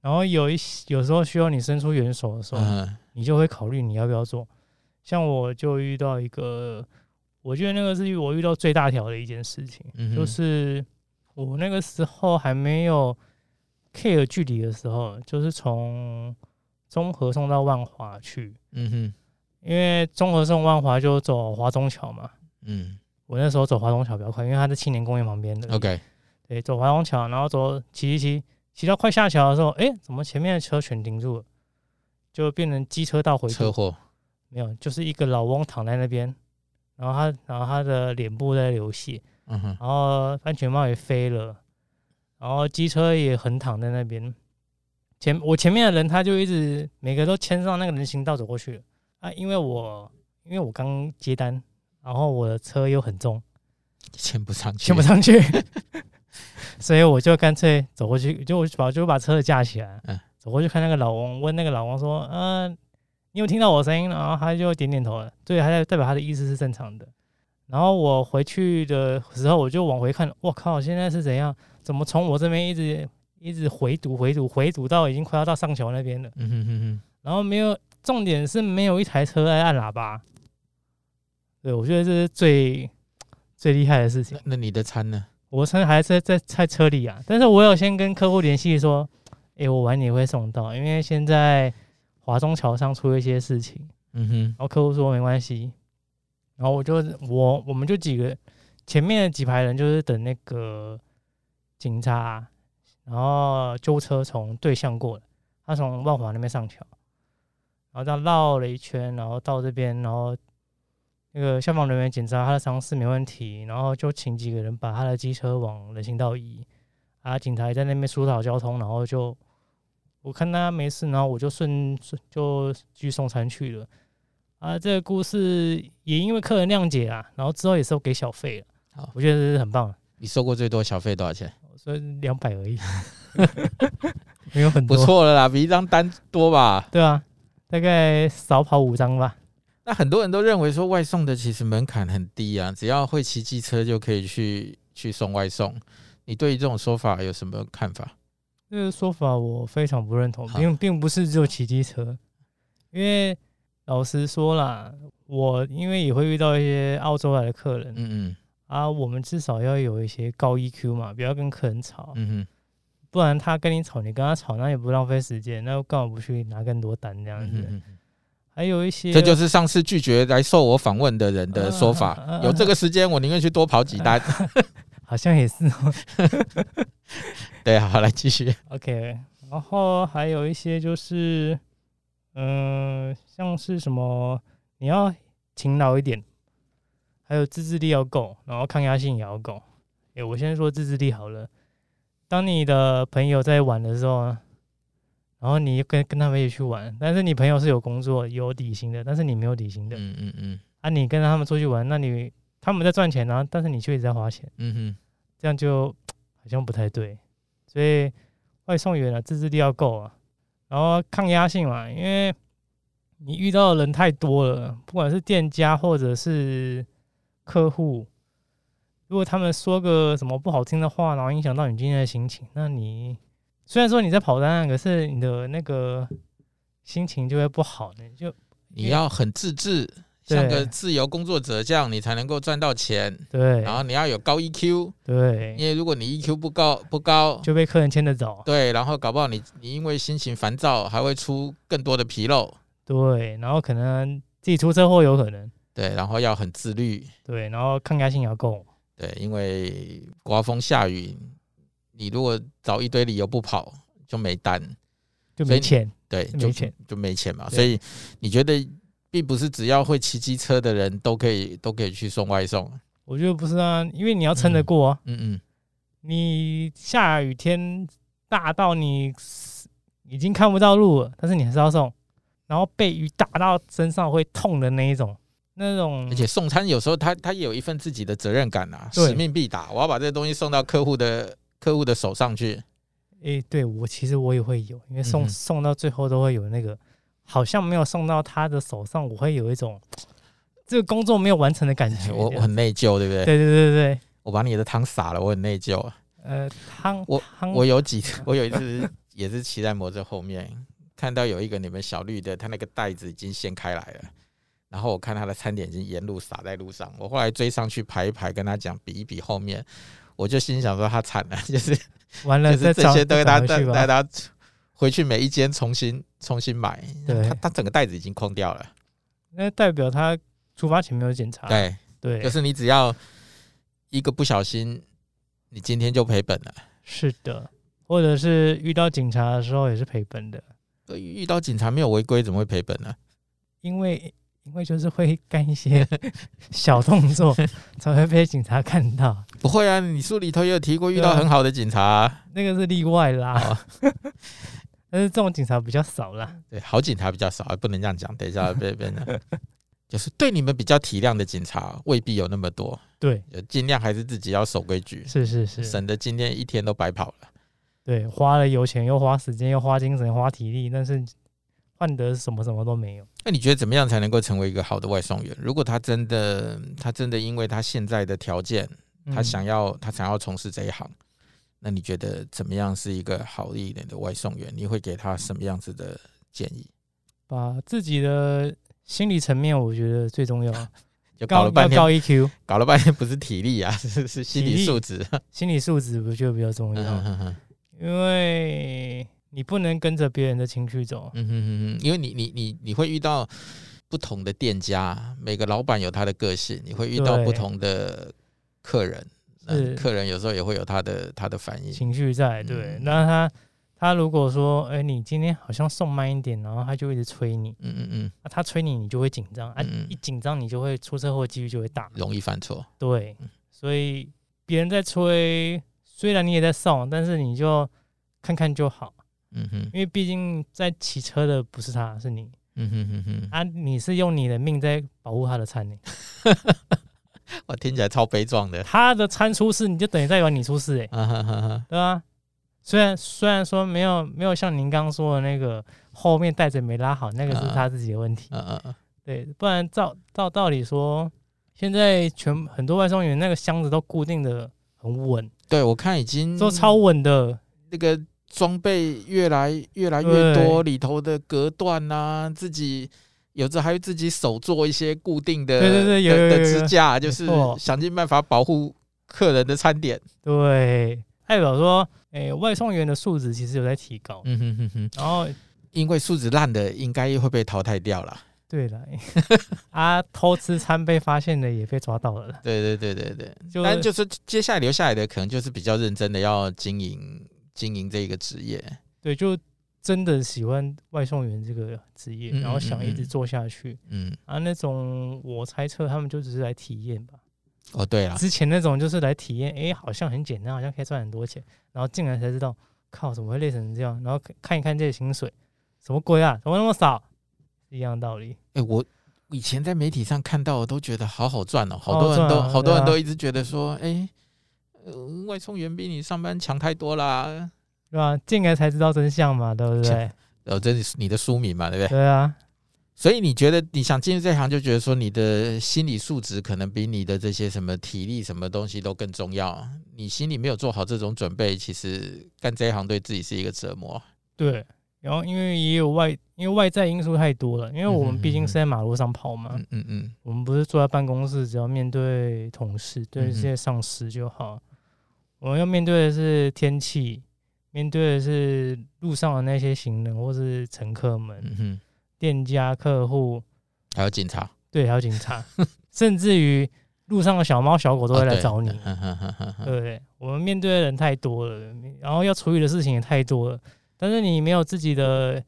Speaker 2: 然后有一些有时候需要你伸出援手的时候，
Speaker 1: 嗯，
Speaker 2: 你就会考虑你要不要做。像我就遇到一个，我觉得那个是我遇到最大条的一件事情，
Speaker 1: 嗯哼
Speaker 2: 就是我那个时候还没有 care 距离的时候，就是从中和送到万华去，
Speaker 1: 嗯哼，
Speaker 2: 因为中和送万华就走华中桥嘛。
Speaker 1: 嗯
Speaker 2: 我那时候走华中桥比较快，因为它在青年公园旁边的。
Speaker 1: ，OK，
Speaker 2: 对，走华中桥，然后走骑一骑，骑到快下桥的时候，哎、怎么前面的车全停住了？就变成机车道回
Speaker 1: 车
Speaker 2: 头，
Speaker 1: 祸，
Speaker 2: 没有，就是一个老翁躺在那边，然后他，然后他的脸部在流血，
Speaker 1: 嗯哼，
Speaker 2: 然后安全帽也飞了，然后机车也横躺在那边。前我前面的人他就一直每个都牵上那个人行道走过去了啊，因为我因为我刚接单，然后我的车又很重，
Speaker 1: 牵不上去，
Speaker 2: 牵不，上去， 所以我就干脆走过去，就我就把就把车子架起来，
Speaker 1: 嗯
Speaker 2: 走过去看那个老王，问那个老王说：“嗯、你有听到我的声音？”然后他就点点头了，对，他在代表他的意思是正常的。然后我回去的时候，我就往回看，我靠，现在是怎样？怎么从我这边一直一直回堵回堵回堵到已经快要到上桥那边了？
Speaker 1: 嗯哼哼哼，
Speaker 2: 然后没有，重点是没有一台车在按喇叭。对，我觉得这是最最厉害的事情
Speaker 1: 那。那你的餐呢？
Speaker 2: 我车还是在在车里啊，但是我有先跟客户联系说，诶、我晚点会送到，因为现在华中桥上出一些事情，
Speaker 1: 嗯哼
Speaker 2: 然，后客户说没关系，然后我就我我们就几个前面的几排人就是等那个警察，然后救护车从对向过来，他从万华那边上桥，然后这样绕了一圈，然后到这边，然后那个消防人员检查他的伤势没问题，然后就请几个人把他的机车往人行道移，啊，警察也在那边疏导交通，然后就我看他没事，然后我就顺顺就去送餐去了。啊，这个故事也因为客人谅解啊，然后之后也是有给小费了。
Speaker 1: 好
Speaker 2: 我觉得这是很棒的，
Speaker 1: 你收过最多小费多少钱？
Speaker 2: 所以两百 而已，没有很
Speaker 1: 不
Speaker 2: 多。
Speaker 1: 错了啦，比一张单多吧？
Speaker 2: 对啊，大概少跑五张吧。
Speaker 1: 那很多人都认为说外送的其实门槛很低啊，只要会骑机车就可以去去送外送。你对于这种说法有什么看法？
Speaker 2: 这个说法我非常不认同，
Speaker 1: 好
Speaker 2: 并并不是只有骑机车，因为老实说啦，我因为也会遇到一些澳洲来的客人、
Speaker 1: 嗯
Speaker 2: 啊，我们至少要有一些高 EQ 嘛，不要跟客人吵
Speaker 1: 嗯，嗯哼
Speaker 2: 不然他跟你吵，你跟他吵，那也不浪费时间，那干嘛不去拿更多单这样
Speaker 1: 嗯
Speaker 2: 子？
Speaker 1: 哼嗯哼，
Speaker 2: 还有一些
Speaker 1: 这就是上次拒绝来受我访问的人的说
Speaker 2: 啊啊啊
Speaker 1: 法
Speaker 2: 啊。
Speaker 1: 有这个时间，我宁愿去多跑几单。
Speaker 2: 嗯好像也是 哦。
Speaker 1: 对啊，好来继续。
Speaker 2: OK，然后还有一些就是，嗯、像是什么你要勤劳一点，还有自制力要够，然后抗压性也要够。诶、我先说自制力好了。当你的朋友在玩的时候，啊然后你跟跟他们一起去玩，但是你朋友是有工作有底薪的，但是你没有底薪的、
Speaker 1: 嗯嗯嗯
Speaker 2: 啊，你跟他们出去玩，那你他们在赚钱啊，但是你却一直在花钱。
Speaker 1: 嗯哼，
Speaker 2: 这样就好像不太对。所以外送员啊，自制力要够啊，然后抗压性嘛，因为你遇到的人太多了，不管是店家或者是客户，如果他们说个什么不好听的话，然后影响到你今天的心情，那你虽然说你在跑单啊，可是你的那个心情就会不好，你就
Speaker 1: 你要很自制，
Speaker 2: 对
Speaker 1: 像个自由工作者这样，你才能够赚到钱。
Speaker 2: 对
Speaker 1: 然后你要有高 EQ，因
Speaker 2: 对，
Speaker 1: 为如果你 EQ 不高不高，
Speaker 2: 就被客人牵着走。啊
Speaker 1: 对，然后搞不好你你因为心情烦躁，还会出更多的纰漏。
Speaker 2: 对，然后可能自己出车祸有可能。
Speaker 1: 对，然后要很自律，
Speaker 2: 对，然后抗压性也要够，
Speaker 1: 对，因为刮风下雨，你如果找一堆理由不跑，就没单，所
Speaker 2: 就
Speaker 1: 以
Speaker 2: 没
Speaker 1: 你
Speaker 2: 钱。
Speaker 1: 对，
Speaker 2: 没
Speaker 1: 就
Speaker 2: 钱
Speaker 1: 就没钱嘛。
Speaker 2: 对
Speaker 1: 所以你觉得，并不是只要会骑机车的人都可以都可以去送外送。
Speaker 2: 我觉得不是啊，因为你要撑得过啊。
Speaker 1: 嗯嗯，
Speaker 2: 你下雨天大到你已经看不到路了，但是你还是要送，然后被雨打到身上会痛的那一种，那种
Speaker 1: 而且送餐有时候他他也有一份自己的责任感啊，
Speaker 2: 对
Speaker 1: 使命必达，我要把这个东西送到客户的客户的手上去。
Speaker 2: 诶、对我其实我也会有，因为送、
Speaker 1: 嗯哼
Speaker 2: 送到最后都会有那个，好像没有送到他的手上，我会有一种这个工作没有完成的感觉。
Speaker 1: 我
Speaker 2: 这
Speaker 1: 我
Speaker 2: 样
Speaker 1: 很内疚，对不对？
Speaker 2: 对对对对，
Speaker 1: 我把你的汤洒了，我很内疚。
Speaker 2: 呃，汤
Speaker 1: 我
Speaker 2: 汤
Speaker 1: 我有几 次，我有一次也是骑在摩托车后面，看到有一个你们小绿的，他那个袋子已经掀开来了，然后我看他的餐点已经沿路撒在路上，我后来追上去排一排，跟他讲比一比后面，我就心想说他惨了， 就是
Speaker 2: 完了
Speaker 1: 就
Speaker 2: 再
Speaker 1: 是
Speaker 2: 找
Speaker 1: 这些都
Speaker 2: 再
Speaker 1: 给他
Speaker 2: 找回
Speaker 1: 带
Speaker 2: 去
Speaker 1: 带
Speaker 2: 吧。
Speaker 1: 他回去每一间重新重新买，
Speaker 2: 对
Speaker 1: 他他整个袋子已经空掉了，
Speaker 2: 那代表他出发前没有检查。
Speaker 1: 对，
Speaker 2: 啊对，
Speaker 1: 就是你只要一个不小心，你今天就赔本了。
Speaker 2: 是的，或者是遇到警察的时候也是赔本的，
Speaker 1: 遇到警察没有违规，怎么会赔本呢？
Speaker 2: 因为因为就是会干一些 小动作，才会被警察看到，
Speaker 1: 不会啊，你书里头也有提过遇
Speaker 2: 对啊
Speaker 1: 到很好的警察啊、
Speaker 2: 那个是例外啦。
Speaker 1: 哦
Speaker 2: 但是这种警察比较少啦，
Speaker 1: 对，好警察比较少，不能这样讲，等一 下被被那，就是对你们比较体谅的警察未必有那么多，
Speaker 2: 对，
Speaker 1: 呃尽量还是自己要守规矩，
Speaker 2: 是是是，
Speaker 1: 省得今天一天都白跑了。
Speaker 2: 对，花了油钱，又花时间，又花精神，花体力，但是换得什么什么都没有。
Speaker 1: 那你觉得怎么样才能够成为一个好的外送员？如果他真的，他真的因为他现在的条件，他
Speaker 2: 嗯
Speaker 1: 想要他想要从事这一行，那你觉得怎么样是一个好一点的外送员？你会给他什么样子的建议？
Speaker 2: 把自己的心理层面，我觉得最重要。
Speaker 1: 就搞
Speaker 2: 高
Speaker 1: 了半
Speaker 2: 要
Speaker 1: 天
Speaker 2: 高 EQ，
Speaker 1: 搞了半天不是体力啊， 是是心
Speaker 2: 体
Speaker 1: 理
Speaker 2: 力
Speaker 1: 素质。
Speaker 2: 心理素质我觉得比较重要。
Speaker 1: 嗯哼哼
Speaker 2: 因为你不能跟着别人的情绪走。
Speaker 1: 嗯哼哼哼，因为你你你你会遇到不同的店家，每个老板有他的个性，你会遇到
Speaker 2: 对
Speaker 1: 不同的客人，
Speaker 2: 是
Speaker 1: 嗯，客人有时候也会有他的他的反应，
Speaker 2: 情绪在，对。
Speaker 1: 嗯
Speaker 2: 那他他如果说，哎、你今天好像送慢一点，然后他就一直催你，
Speaker 1: 嗯嗯嗯，
Speaker 2: 啊、他催你，你就会紧张，啊，
Speaker 1: 嗯
Speaker 2: 一紧张你就会出车祸几率就会大，
Speaker 1: 容易犯错，
Speaker 2: 对
Speaker 1: 嗯。
Speaker 2: 所以别人在催，虽然你也在送，但是你就看看就好，
Speaker 1: 嗯哼，
Speaker 2: 因为毕竟在骑车的不是他，是你
Speaker 1: 嗯哼哼哼，
Speaker 2: 啊，你是用你的命在保护他的餐呢，
Speaker 1: 我嗯听起来超悲壮的，
Speaker 2: 他的餐出事，你就等于代表你出事、哎。
Speaker 1: 啊哈哈哈，
Speaker 2: 对啊，虽然虽然说没有没有像您刚说的那个后面带着没拉好，那个是
Speaker 1: 嗯
Speaker 2: 他自己的问题。
Speaker 1: 嗯嗯嗯，
Speaker 2: 对，不然照照道理说，现在全很多外送员那个箱子都固定的很稳，
Speaker 1: 对我看已经
Speaker 2: 都超稳的。
Speaker 1: 那个装备越来越来越多，里头的隔断啊，自己有时候还会自己手做一些固定的
Speaker 2: 对对对有
Speaker 1: 的
Speaker 2: 有有
Speaker 1: 的
Speaker 2: 有
Speaker 1: 支架，就是
Speaker 2: 没错
Speaker 1: 想尽办法保护客人的餐点。
Speaker 2: 对，代表说，哎、外送员的素质其实有在提高。
Speaker 1: 嗯哼哼哼，
Speaker 2: 然后，
Speaker 1: 因为素质烂的应该会被淘汰掉了。
Speaker 2: 对了， 啊，偷吃餐被发现的也被抓到了啦，
Speaker 1: 对对对对对，
Speaker 2: 就
Speaker 1: 但就是接下来留下来的可能就是比较认真的要经营经营这个职业。
Speaker 2: 对，就真的喜欢外送员这个职业，
Speaker 1: 嗯
Speaker 2: 然后想一
Speaker 1: 嗯
Speaker 2: 直
Speaker 1: 嗯
Speaker 2: 做下去。
Speaker 1: 嗯，
Speaker 2: 啊，那种我猜测他们就只是来体验吧。
Speaker 1: 哦对了，
Speaker 2: 之前那种就是来体验，诶，好像很简单，好像可以赚很多钱，然后进来才知道，靠，怎么会累成这样？然后看看一看这个薪水，什么鬼啊？怎么那么少？一样道理。
Speaker 1: 哎、我以前在媒体上看到，我都觉得好好赚哦，好
Speaker 2: 好
Speaker 1: 多人
Speaker 2: 赚
Speaker 1: 都
Speaker 2: 啊
Speaker 1: 好
Speaker 2: 对
Speaker 1: 多人
Speaker 2: 啊
Speaker 1: 都一直觉得说，哎、呃外送员比你上班强太多啦。
Speaker 2: 对吧？进来才知道真相嘛，对不对
Speaker 1: 切？呃，这是你的书名嘛，对不对？
Speaker 2: 对啊，
Speaker 1: 所以你觉得你想进入这行，就觉得说你的心理素质可能比你的这些什么体力什么东西都更重要。你心里没有做好这种准备，其实干这一行对自己是一个折磨。
Speaker 2: 对。然后因为也有外，因为外在因素太多了，因为我们毕竟是在马路上跑嘛，
Speaker 1: 嗯嗯嗯，
Speaker 2: 我们不是坐在办公室，只要面对同事、对
Speaker 1: 嗯哼
Speaker 2: 这些上司就好。我们要面对的是天气，面对的是路上的那些行人或是乘客们、
Speaker 1: 嗯哼，
Speaker 2: 店家、客户，
Speaker 1: 还有警察，
Speaker 2: 对，还有警 察，甚至于路上的小猫小狗都会
Speaker 1: 哦
Speaker 2: 来
Speaker 1: 对
Speaker 2: 找你。
Speaker 1: 嗯哼哼哼哼
Speaker 2: 对不对？我们面对的人太多了，然后要处理的事情也太多了，但是你没有自己的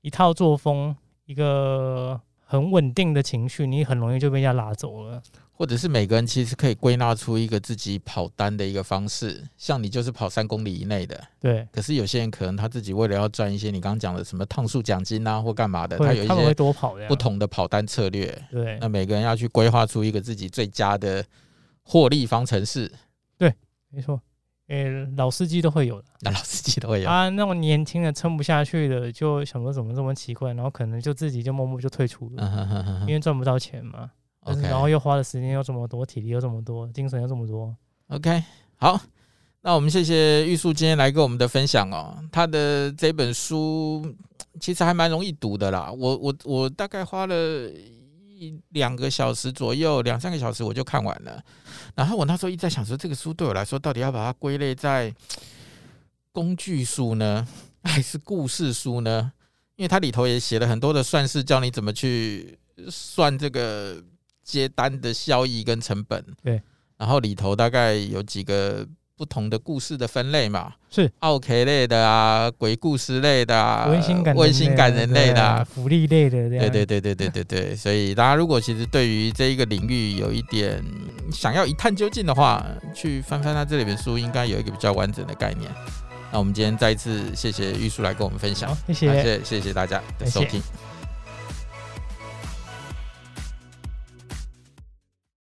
Speaker 2: 一套作风，一个很稳定的情绪，你很容易就被人家拉走了。
Speaker 1: 或者是每个人其实可以归纳出一个自己跑单的一个方式，像你就是跑三公里以内的，
Speaker 2: 对，
Speaker 1: 可是有些人可能他自己为了要赚一些你刚刚讲的什么趟数奖金啊或干嘛的，他有
Speaker 2: 会
Speaker 1: 一
Speaker 2: 他们会
Speaker 1: 些
Speaker 2: 多跑的，
Speaker 1: 不。同嗯的跑单策略，
Speaker 2: 对
Speaker 1: 那，每个人要去规划出一个自己最佳的获利方程式，
Speaker 2: 没错。诶，老司机都会有的
Speaker 1: 那老司机都会有。
Speaker 2: 啊，那种年轻的撑不下去的，就想说怎么这么奇怪，然后可能就自己就默默就退出了，
Speaker 1: 嗯哼哼哼
Speaker 2: 因
Speaker 1: 哼
Speaker 2: 为赚不到钱嘛。但是
Speaker 1: ，OK，
Speaker 2: 然后又花的时间又这么多，体力又这么多，精神又这么多，
Speaker 1: OK，好，那我们谢谢玉树今天来跟我们的分享哦。他的这本书其实还蛮容易读的啦，我我我大概花了一两个小时左右，两三个小时我就看完了。然后我那时候一直在想说，这个书对我来说到底要把它归类在工具书呢， 还是故事书呢？因为它里头也写了很多的算式，教你怎么去算这个接单的效益跟成本。然后里头大概有几个不同的故事的分类嘛，
Speaker 2: 是
Speaker 1: 奥 K 类的啊，鬼故事类的啊，
Speaker 2: 温馨感人
Speaker 1: 温馨感人类的、
Speaker 2: 啊，
Speaker 1: 啊。
Speaker 2: 福利类的这样。
Speaker 1: 对对对对对对对，所以大家如果其实对于这一个领域有一点想要一探究竟的话，去翻翻他这里本书，应该有一个比较完整的概念。那我们今天再一次谢谢玉树来跟我们分享
Speaker 2: 好，，谢
Speaker 1: 啊
Speaker 2: 谢。
Speaker 1: 谢谢谢大家的收
Speaker 2: 谢谢
Speaker 1: 听。